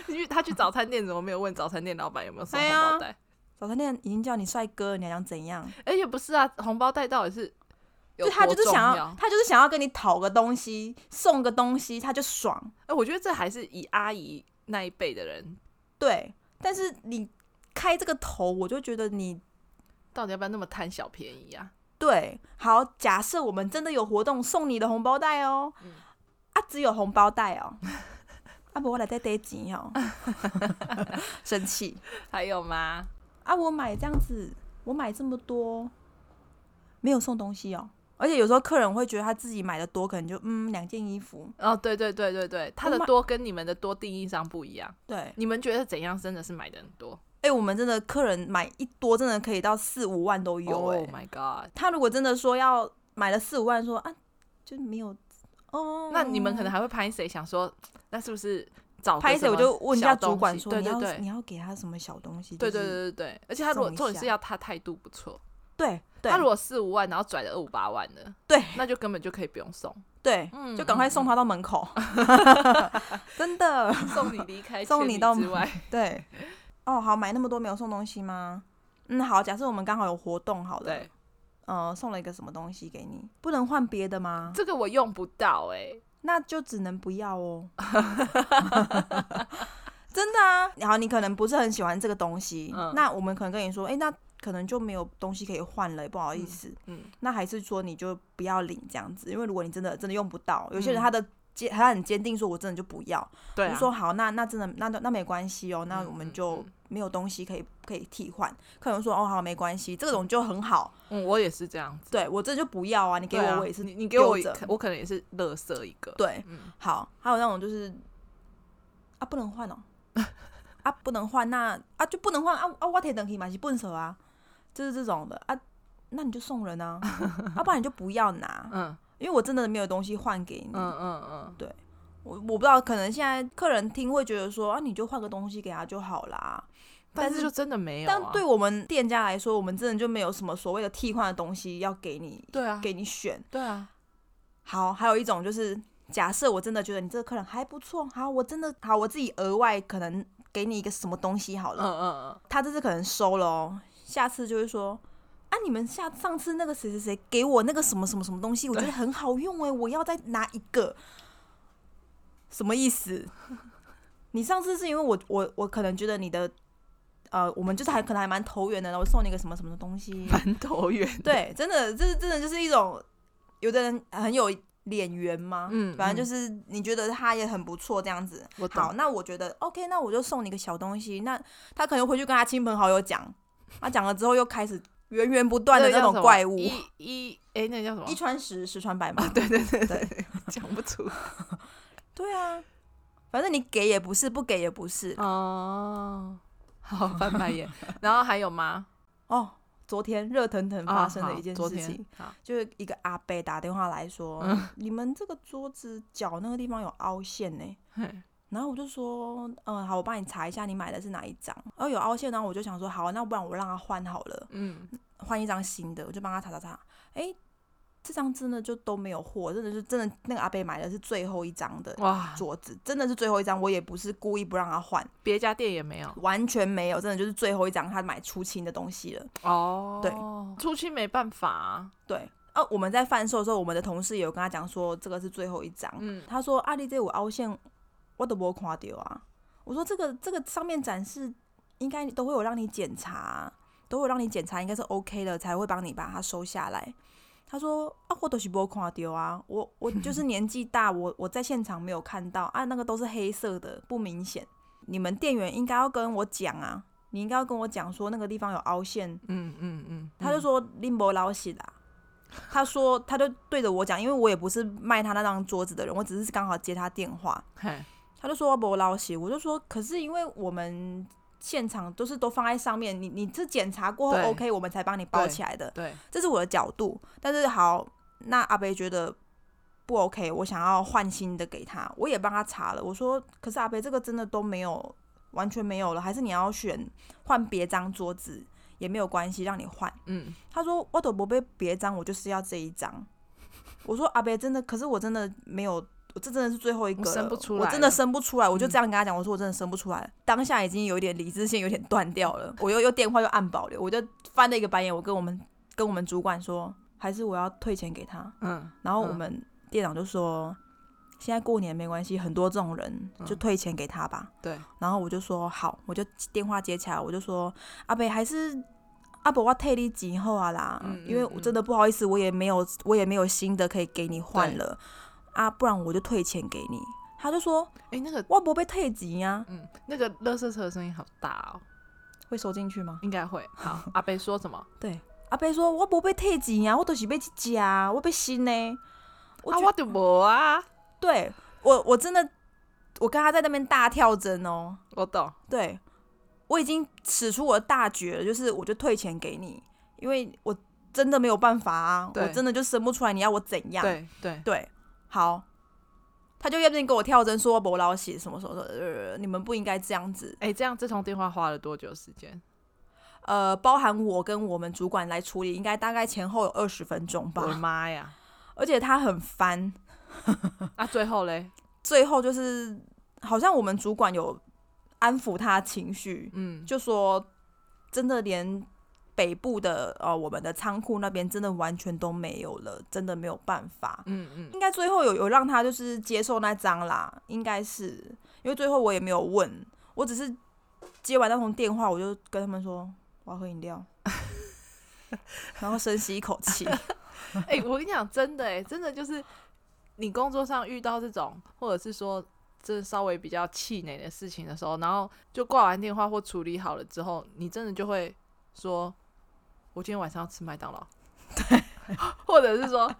[SPEAKER 1] 因为他去早餐店怎么没有问早餐店老板有没有送
[SPEAKER 2] 哎
[SPEAKER 1] 红
[SPEAKER 2] 呀
[SPEAKER 1] 包袋？
[SPEAKER 2] 早餐店已经叫你帅哥，你还想怎样？
[SPEAKER 1] 而且不是啊，红包袋到底是有
[SPEAKER 2] 就他
[SPEAKER 1] 多
[SPEAKER 2] 就是
[SPEAKER 1] 重
[SPEAKER 2] 想
[SPEAKER 1] 要
[SPEAKER 2] 要，他就是想要跟你讨个东西，送个东西，他就爽。
[SPEAKER 1] 哎、我觉得这还是以阿姨那一辈的人
[SPEAKER 2] 对，但是你开这个头，我就觉得你
[SPEAKER 1] 到底要不要那么贪小便宜啊？
[SPEAKER 2] 对。好，假设我们真的有活动送你的红包袋哦，
[SPEAKER 1] 嗯
[SPEAKER 2] 啊，只有红包袋哦， 啊，不，我来再得钱哦， 生气
[SPEAKER 1] 还有吗？
[SPEAKER 2] 啊！我买这样子，我买这么多，没有送东西哦。而且有时候客人会觉得他自己买的多，可能就嗯两件衣服，
[SPEAKER 1] 哦，对对对对对，他的
[SPEAKER 2] 我买
[SPEAKER 1] 多跟你们的多定义上不一样。
[SPEAKER 2] 对，哎、
[SPEAKER 1] 你们觉得怎样真的是买的很多
[SPEAKER 2] 我们真的客人买一多，真的可以到四五万都有哎、
[SPEAKER 1] ？Oh my god！
[SPEAKER 2] 他如果真的说要买了四五万说啊，就没有哦，
[SPEAKER 1] 那你们可能还会拍谁？想说那是不是找个
[SPEAKER 2] 拍
[SPEAKER 1] 什
[SPEAKER 2] 谁我
[SPEAKER 1] 么
[SPEAKER 2] 就问一
[SPEAKER 1] 小
[SPEAKER 2] 下主管
[SPEAKER 1] 东西
[SPEAKER 2] 说
[SPEAKER 1] 对
[SPEAKER 2] 你
[SPEAKER 1] 对
[SPEAKER 2] 要
[SPEAKER 1] 对，
[SPEAKER 2] 你要给他什么小东西，
[SPEAKER 1] 对
[SPEAKER 2] 就
[SPEAKER 1] 对
[SPEAKER 2] 是
[SPEAKER 1] 对对对，而且他如果
[SPEAKER 2] 送一
[SPEAKER 1] 重点是
[SPEAKER 2] 下
[SPEAKER 1] 要他态度不错，
[SPEAKER 2] 对对，
[SPEAKER 1] 他如果四五万，然后拽了二五八万的，
[SPEAKER 2] 对
[SPEAKER 1] 那就根本就可以不用送，
[SPEAKER 2] 对，
[SPEAKER 1] 嗯
[SPEAKER 2] 就赶快送他到 门口，真的
[SPEAKER 1] 送你离 开
[SPEAKER 2] 送
[SPEAKER 1] 千
[SPEAKER 2] 你
[SPEAKER 1] 里
[SPEAKER 2] 到
[SPEAKER 1] 之
[SPEAKER 2] 门
[SPEAKER 1] 外。
[SPEAKER 2] 对。哦，好，买那么多没有送东西吗？嗯，好，假设我们刚好有活动，好了
[SPEAKER 1] 对，，
[SPEAKER 2] 呃，送了一个什么东西给你，不能换别的吗？
[SPEAKER 1] 这个我用不到哎、
[SPEAKER 2] 那就只能不要哦。 真的啊。然后你可能不是很喜欢这个东西，
[SPEAKER 1] 嗯
[SPEAKER 2] 那我们可能跟你说，哎、那可能就没有东西可以换了，不好意思，
[SPEAKER 1] 嗯，
[SPEAKER 2] 那还是说你就不要领这样子，因为如果你真的真的用不到，有些人
[SPEAKER 1] 嗯
[SPEAKER 2] 他的坚、他很坚定说，我真的就不要，
[SPEAKER 1] 对
[SPEAKER 2] 我
[SPEAKER 1] 啊，
[SPEAKER 2] 就说好，那那真的那那没关系哦，那
[SPEAKER 1] 嗯
[SPEAKER 2] 我
[SPEAKER 1] 嗯
[SPEAKER 2] 们就
[SPEAKER 1] 嗯
[SPEAKER 2] 没有东西可以可以替换。客人说哦好没关系，这种就很好，
[SPEAKER 1] 嗯，我也是这样子。
[SPEAKER 2] 对我这就不要啊，你给我、
[SPEAKER 1] 对啊
[SPEAKER 2] 我也是
[SPEAKER 1] 你你给我
[SPEAKER 2] 丢着，
[SPEAKER 1] 我可能也是乐色一个。
[SPEAKER 2] 对，
[SPEAKER 1] 嗯
[SPEAKER 2] 好，还有那种就是啊不能换哦， 啊不能换那啊就不能换啊啊我铁等可以买起笨手啊，就是这种的啊，那你就送人 啊，要、不然你就不要拿，
[SPEAKER 1] 嗯
[SPEAKER 2] 因为我真的没有东西换给你。
[SPEAKER 1] 嗯嗯嗯，
[SPEAKER 2] 我我不知道，可能现在客人听会觉得说啊，你就换个东西给他就好啦。
[SPEAKER 1] 但
[SPEAKER 2] 但
[SPEAKER 1] 是
[SPEAKER 2] 是
[SPEAKER 1] 就真的没有啊。
[SPEAKER 2] 但对我们店家来说，我们真的就没有什么所谓的替换的东西要给你，
[SPEAKER 1] 对啊，
[SPEAKER 2] 给你选。
[SPEAKER 1] 对啊，
[SPEAKER 2] 好，还有一种就是，假设我真的觉得你这个客人还不错，好，我真的好，我自己额外可能给你一个什么东西好
[SPEAKER 1] 嗯
[SPEAKER 2] 了，
[SPEAKER 1] 嗯嗯，
[SPEAKER 2] 他这次可能收了哦，下次就会说。啊！你们下上次那个谁谁谁给我那个什么什么什么东西，我觉得很好用哎、我要再拿一个。什么意思？你上次是因为我我我可能觉得你的，呃，我们就是还可能还蛮投缘的，然后我送你一个什么什么东西，
[SPEAKER 1] 蛮投缘。
[SPEAKER 2] 对，真的，这是真的就是一种，有的人很有脸缘嘛，
[SPEAKER 1] 嗯
[SPEAKER 2] 反
[SPEAKER 1] 嗯
[SPEAKER 2] 正就是你觉得他也很不错这样子。
[SPEAKER 1] 我懂
[SPEAKER 2] 好，那我觉得 OK，那我就送你个小东西。那他可能回去跟他亲朋好友讲，他讲了之后又开始源源不断的
[SPEAKER 1] 那
[SPEAKER 2] 那
[SPEAKER 1] 个叫
[SPEAKER 2] 种
[SPEAKER 1] 什么
[SPEAKER 2] 怪物，
[SPEAKER 1] 一一哎，那个叫什么
[SPEAKER 2] 一？传十，十传百嘛。
[SPEAKER 1] 对对对
[SPEAKER 2] 对，
[SPEAKER 1] 讲不出。
[SPEAKER 2] 对啊，反正你给也不是，不给也不是。
[SPEAKER 1] 啊哦， 好翻白眼。然后还有 吗？
[SPEAKER 2] 哦，昨天热腾腾
[SPEAKER 1] 啊
[SPEAKER 2] 发生的
[SPEAKER 1] 好
[SPEAKER 2] 一件
[SPEAKER 1] 昨
[SPEAKER 2] 事
[SPEAKER 1] 天嗯
[SPEAKER 2] 情，
[SPEAKER 1] 好
[SPEAKER 2] 就是一个阿伯打电话来说，你们这个桌子脚那个地方有凹陷呢、
[SPEAKER 1] 嘿
[SPEAKER 2] 然后我就说，嗯，好，我帮你查一下你买的是哪一张。然后有凹陷，然后我就想说，好，那不然我让他换好了，
[SPEAKER 1] 嗯，
[SPEAKER 2] 换一张新的，我就帮他查查查。诶，这张真的就都没有货，真的是真的那个阿贝买的是最后一张的
[SPEAKER 1] 哇，
[SPEAKER 2] 桌子，真的是最后一张，我也不是故意不让他换，
[SPEAKER 1] 别家店也没 有
[SPEAKER 2] 完全没有，真的就是最后一张他买出清的东西了。
[SPEAKER 1] 哦。
[SPEAKER 2] 对，
[SPEAKER 1] 出去没办法啊。
[SPEAKER 2] 对，啊，我们在贩售的时候，我们的同事也有跟他讲说，这个是最后一张。
[SPEAKER 1] 嗯
[SPEAKER 2] 他说：“啊，你这有凹陷，我都没看到啊。”我说：“这个这个上面展示应该都会有让你检查，都会有让你检查，应该是 OK 的，才会帮你把它收下来。”他说：“啊，我都是没看到啊，我我就是年纪大， 我我在现场没有看到啊，那个都是黑色的，不明显。你们店员应该要跟我讲啊，你应该要跟我讲说那个地方有凹陷，
[SPEAKER 1] 嗯嗯嗯，
[SPEAKER 2] 他就
[SPEAKER 1] 嗯
[SPEAKER 2] 说拎不老洗啦。他说，他就对着我讲，因为我也不是卖他那张桌子的人，我只是刚好接他电话。
[SPEAKER 1] 嗯嘿，
[SPEAKER 2] 他就说不老洗，我就说，可是因为我们现场都是都放在上面，你你是检查过后
[SPEAKER 1] 对
[SPEAKER 2] OK，我们才帮你包
[SPEAKER 1] 对
[SPEAKER 2] 起来的，
[SPEAKER 1] 对，
[SPEAKER 2] 这是我的角度。但是好，那阿北觉得不 OK，我想要换新的给他，我也帮他查了。我说，可是阿北这个真的都没有，完全没有了，还是你要选换别张桌子也没有关系，让你换。
[SPEAKER 1] 嗯，
[SPEAKER 2] 他说我都不被别张，我就是要这一张。 我说阿伯真的，可是我真的没有，我这真的是最后一个
[SPEAKER 1] 我
[SPEAKER 2] 了，
[SPEAKER 1] 生不出
[SPEAKER 2] 我
[SPEAKER 1] 来
[SPEAKER 2] 真
[SPEAKER 1] 了嗯
[SPEAKER 2] 的生不出来。我就这样跟他讲，我说我真的生不出来。当下已经有一点理智线有点断掉 了，我又又电话又按保留，我就翻了一个白眼，我跟我们跟我们主管说，还是我要退钱给他。
[SPEAKER 1] 嗯，
[SPEAKER 2] 然后我
[SPEAKER 1] 嗯
[SPEAKER 2] 们店长就说，现在过年没关系，很多这种人就
[SPEAKER 1] 嗯
[SPEAKER 2] 退钱给他吧。
[SPEAKER 1] 对，
[SPEAKER 2] 然后我就说好，我就电话接起来，我就说阿北还是阿伯我退你几后啊啦，
[SPEAKER 1] 嗯
[SPEAKER 2] 因为
[SPEAKER 1] 嗯
[SPEAKER 2] 我
[SPEAKER 1] 嗯
[SPEAKER 2] 真的不好意思，我也没有我也没有新的可以给你换
[SPEAKER 1] 对
[SPEAKER 2] 了啊，不然我就退钱给你。他就说
[SPEAKER 1] 哎，那个，
[SPEAKER 2] 我不被退钱啊，
[SPEAKER 1] 嗯，那个垃圾车的声音好大哦，
[SPEAKER 2] 会收进去吗？
[SPEAKER 1] 应该会。好， 阿北说什么？
[SPEAKER 2] 对，阿伯说我不被退钱啊，我都是被家、啊，我被新呢、我
[SPEAKER 1] 啊，
[SPEAKER 2] 觉
[SPEAKER 1] 我就无啊，
[SPEAKER 2] 对我我真的我跟他在那边大跳针哦，
[SPEAKER 1] 我懂。
[SPEAKER 2] 对，我已经使出我的大绝了，就是我就退钱给你，因为我真的没有办法啊，
[SPEAKER 1] 对
[SPEAKER 2] 我真的就生不出来，你要我怎样？
[SPEAKER 1] 对对，
[SPEAKER 2] 对好，他就要不然给我跳针说我老血什么什么什么呃，你们不应该这样子，
[SPEAKER 1] 哎，这样这通电话花了多久时间？
[SPEAKER 2] 呃，包含我跟我们主管来处理，应该大概前后有二十分钟
[SPEAKER 1] 我的
[SPEAKER 2] 吧，
[SPEAKER 1] 妈 呀！
[SPEAKER 2] 而且他很烦，
[SPEAKER 1] 啊，最后嘞，
[SPEAKER 2] 最后就是好像我们主管有安抚他的情绪，
[SPEAKER 1] 嗯，
[SPEAKER 2] 就说真的连北部的呃我们的仓库那边真的完全都没有了，真的没有办法。
[SPEAKER 1] 嗯嗯
[SPEAKER 2] 应该最后有有让他就是接受那张啦，应该是因为最后我也没有问，我我只是接完那通电话，我就跟他们说我要喝饮料，然后深吸一口气。
[SPEAKER 1] 哎、我跟你讲，真的哎、真的就是你工作上遇到这种，或者是说这稍微比较气馁的事情的时候，然后就挂完电话或处理好了之后，你真的就会说：“我今天晚上要吃麦当劳。” 对，或者是说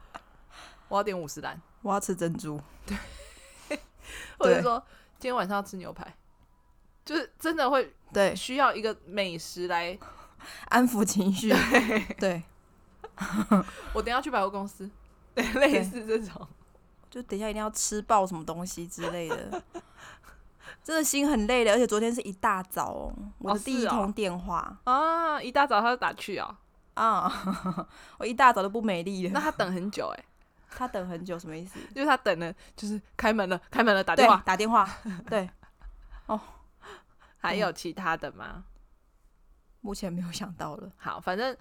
[SPEAKER 1] 我要点五十兰，
[SPEAKER 2] 我要吃珍珠，
[SPEAKER 1] 或者
[SPEAKER 2] 对
[SPEAKER 1] 是说今天晚上要吃牛排，就是真的会
[SPEAKER 2] 对，
[SPEAKER 1] 需要一个美食来。
[SPEAKER 2] 安抚情绪，对，
[SPEAKER 1] 我等一下去百货公司，对，类
[SPEAKER 2] 对
[SPEAKER 1] 似这种。
[SPEAKER 2] 就等一下一定要吃爆什么东西之类的。 真的心很累的，而且昨天是一大早哦，我
[SPEAKER 1] 哦
[SPEAKER 2] 的第一
[SPEAKER 1] 是哦
[SPEAKER 2] 通电话
[SPEAKER 1] 啊，一大早他就打去啊，
[SPEAKER 2] 啊， 我一大早都不美丽
[SPEAKER 1] 那
[SPEAKER 2] 了。
[SPEAKER 1] 他等很久哎、
[SPEAKER 2] 他等很久什么意思？
[SPEAKER 1] 就是他等了，就是开门了，开门了，打
[SPEAKER 2] 对
[SPEAKER 1] 电话，。
[SPEAKER 2] 打电话，对，
[SPEAKER 1] 还有其他的吗？
[SPEAKER 2] 目前没有想到了。
[SPEAKER 1] 好，反 正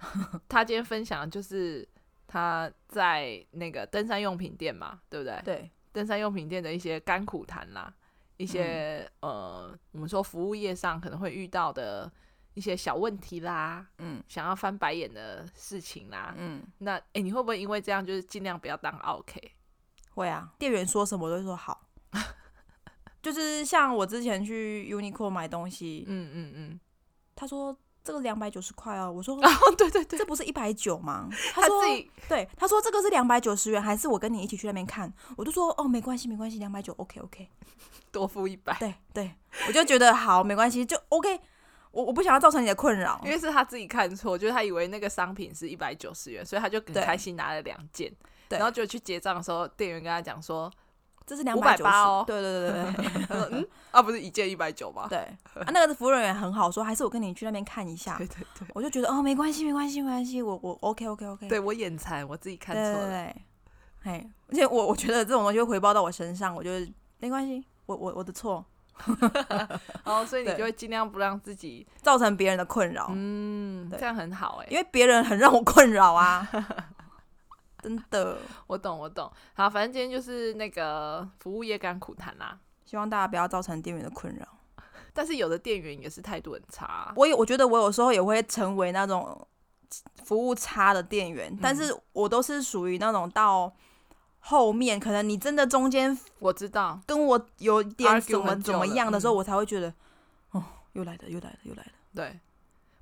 [SPEAKER 1] 他今天分享的就是他在那个登山用品店嘛，对不对？
[SPEAKER 2] 对，
[SPEAKER 1] 登山用品店的一些甘苦谈啦，一些、呃，我们说服务业上可能会遇到的一些小问题啦，
[SPEAKER 2] 嗯
[SPEAKER 1] 想要翻白眼的事情啦。
[SPEAKER 2] 嗯，
[SPEAKER 1] 那哎、诶你会不会因为这样就是尽量不要当 OK？
[SPEAKER 2] 会啊，店员说什么我都会说好。 就是像我之前去 Uniqlo 买东西，
[SPEAKER 1] 嗯嗯嗯。
[SPEAKER 2] 他说这个两百九十块哦，我说
[SPEAKER 1] 哦，对对对，
[SPEAKER 2] 这不是一百九吗？
[SPEAKER 1] 他
[SPEAKER 2] 说
[SPEAKER 1] 自己
[SPEAKER 2] 对，他说这个是两百九十元，还是我跟你一起去那边看？我就说哦，没关系，没关系，两百九，OK OK。
[SPEAKER 1] 多付一百，
[SPEAKER 2] 对对，我就觉得好，没关系，就 OK。我我不想要造成你的困扰
[SPEAKER 1] 因，为是他自己看错，就是他以为那个商品是一百九十元，所以他就很
[SPEAKER 2] 对
[SPEAKER 1] 开心拿了两件。
[SPEAKER 2] 对
[SPEAKER 1] 然后就去结账的时候，店员跟他讲说
[SPEAKER 2] 这是两九
[SPEAKER 1] 580哦
[SPEAKER 2] 对对对对：“
[SPEAKER 1] 他说嗯，啊，不是一件一百九吗
[SPEAKER 2] 对， 啊，那个服务人员很好说，还是我跟你去那边看一？”下
[SPEAKER 1] 对。对对，
[SPEAKER 2] 我就觉得哦，没关系，没关系，没关系，我我 OK OK OK。
[SPEAKER 1] 对我眼馋，我自己看错
[SPEAKER 2] 对对
[SPEAKER 1] 了。
[SPEAKER 2] 对，哎，而且我我觉得这种东西会回报到我身上，我觉得没关系，我我我的错，
[SPEAKER 1] 然哦后所以你
[SPEAKER 2] 对
[SPEAKER 1] 就会尽量不让自己，
[SPEAKER 2] 造成别人的困扰，
[SPEAKER 1] 嗯，
[SPEAKER 2] 对
[SPEAKER 1] 这样很好哎、
[SPEAKER 2] 因为别人很让我困 扰啊，真的。
[SPEAKER 1] 我懂我懂。好，反正今天就是那个服务业甘苦谈啦。
[SPEAKER 2] 希望大家不要造成店员的困扰。
[SPEAKER 1] 啊但是有的店员也是态度很差啊、
[SPEAKER 2] 我也我觉得我有时候也会成为那种服务差的店员，
[SPEAKER 1] 嗯
[SPEAKER 2] 但是我都是属于那种到后面，可能你真的中间
[SPEAKER 1] 我知道，
[SPEAKER 2] 跟我有点
[SPEAKER 1] Argue
[SPEAKER 2] 怎么
[SPEAKER 1] 很久
[SPEAKER 2] 怎么
[SPEAKER 1] 了
[SPEAKER 2] 样的时候，
[SPEAKER 1] 嗯
[SPEAKER 2] 我才会觉得，哦，又来了，又来了，又来了。
[SPEAKER 1] 对，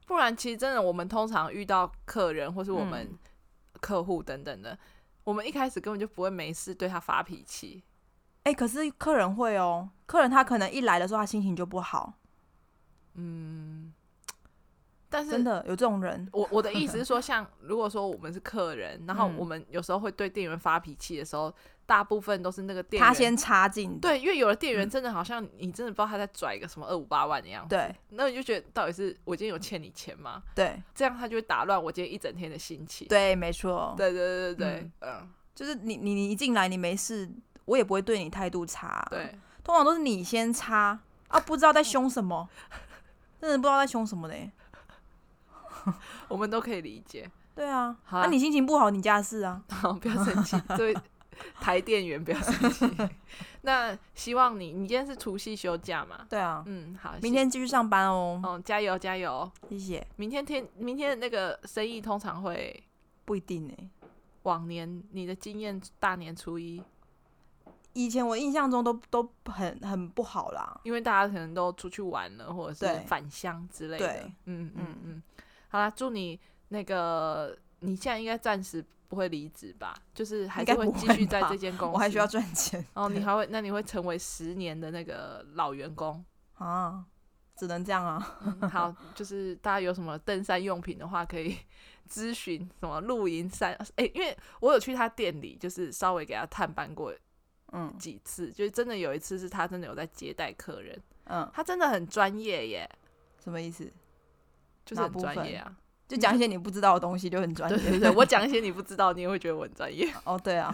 [SPEAKER 1] 不然其实真的，我们通常遇到客人或是我们
[SPEAKER 2] 嗯
[SPEAKER 1] 客户等等的，我们一开始根本就不会没事对他发脾气。
[SPEAKER 2] 哎、可是客人会哦，客人他可能一来的时候，他心情就不好，
[SPEAKER 1] 嗯，但
[SPEAKER 2] 真
[SPEAKER 1] 是
[SPEAKER 2] 的有这种人。
[SPEAKER 1] 我我的意思是说，像如果说我们是客人，然后
[SPEAKER 2] 嗯
[SPEAKER 1] 我们有时候会对店员发脾气的时候，大部分都是那个店员
[SPEAKER 2] 他先插进，
[SPEAKER 1] 对，因为有的店员
[SPEAKER 2] 嗯
[SPEAKER 1] 真的好像你真的不知道他在拽一个什么二五八万的样子，
[SPEAKER 2] 对
[SPEAKER 1] 那你就觉得到底是我今天有欠你钱吗？
[SPEAKER 2] 对
[SPEAKER 1] 这样他就会打乱我今天一整天的心情。
[SPEAKER 2] 对，没错，
[SPEAKER 1] 对对对对对，嗯，
[SPEAKER 2] 就是你你你一进来你没事，我也不会对你态度差。啊
[SPEAKER 1] 对。
[SPEAKER 2] 通常都是你先插啊，不知道在凶什么，真的不知道在凶什么嘞。
[SPEAKER 1] 我们都可以理解。
[SPEAKER 2] 对啊，
[SPEAKER 1] 好
[SPEAKER 2] 那、
[SPEAKER 1] 啊
[SPEAKER 2] 你心情不好，你家的事啊。
[SPEAKER 1] 好，不要生气，对台电员不要生气。 那希望你，你今天是除夕休假嘛？
[SPEAKER 2] 对啊，
[SPEAKER 1] 嗯，好，
[SPEAKER 2] 明天继续上班哦
[SPEAKER 1] 谢，哦，加油加油！
[SPEAKER 2] 谢谢。
[SPEAKER 1] 明天天，明天的那个生意通常会
[SPEAKER 2] 不一定哎、
[SPEAKER 1] 往年你的经验，大年初一，
[SPEAKER 2] 以前我印象中都都很很不好啦。
[SPEAKER 1] 因为大家可能都出去玩了，或者是
[SPEAKER 2] 对
[SPEAKER 1] 返乡之类的
[SPEAKER 2] 对。
[SPEAKER 1] 嗯嗯
[SPEAKER 2] 嗯
[SPEAKER 1] 嗯，好啦，祝你那个你现在应该暂时不会离职吧？就是还是
[SPEAKER 2] 应该
[SPEAKER 1] 会
[SPEAKER 2] 不
[SPEAKER 1] 继
[SPEAKER 2] 会
[SPEAKER 1] 续在
[SPEAKER 2] 吧
[SPEAKER 1] 这间公司，
[SPEAKER 2] 我还需要赚钱
[SPEAKER 1] 哦，你还会，那你会成为十年的那个老员工。
[SPEAKER 2] 啊，只能这样啊。
[SPEAKER 1] 嗯好，就是大家有什么登山用品的话，可以 咨询什么露营山。哎、因为我有去他店里，就是稍微给他探班过
[SPEAKER 2] 嗯
[SPEAKER 1] 几次，就是真的有一次是他真的有在接待客人，
[SPEAKER 2] 嗯，
[SPEAKER 1] 他真的很专业耶，
[SPEAKER 2] 什么意思？
[SPEAKER 1] 就是
[SPEAKER 2] 哪
[SPEAKER 1] 很
[SPEAKER 2] 部
[SPEAKER 1] 专
[SPEAKER 2] 分
[SPEAKER 1] 业啊。
[SPEAKER 2] 就讲一些你不知道的东西就很专
[SPEAKER 1] 对
[SPEAKER 2] 业。
[SPEAKER 1] 对对，我讲一些你不知道，你也会觉得我很专业。
[SPEAKER 2] 哦，对啊，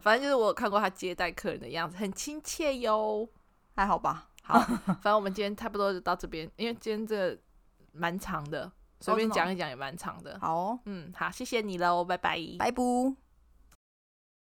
[SPEAKER 1] 反正就是我有看过他接待客人的样子，很亲切哟。
[SPEAKER 2] 还好吧。
[SPEAKER 1] 好，反正我们今天差不多就到这边，因为今天这个蛮长的，随便
[SPEAKER 2] 真的哦
[SPEAKER 1] 讲一讲也蛮长的。
[SPEAKER 2] 好、哦，
[SPEAKER 1] 嗯，好，谢谢你喽，拜拜。
[SPEAKER 2] 拜拜。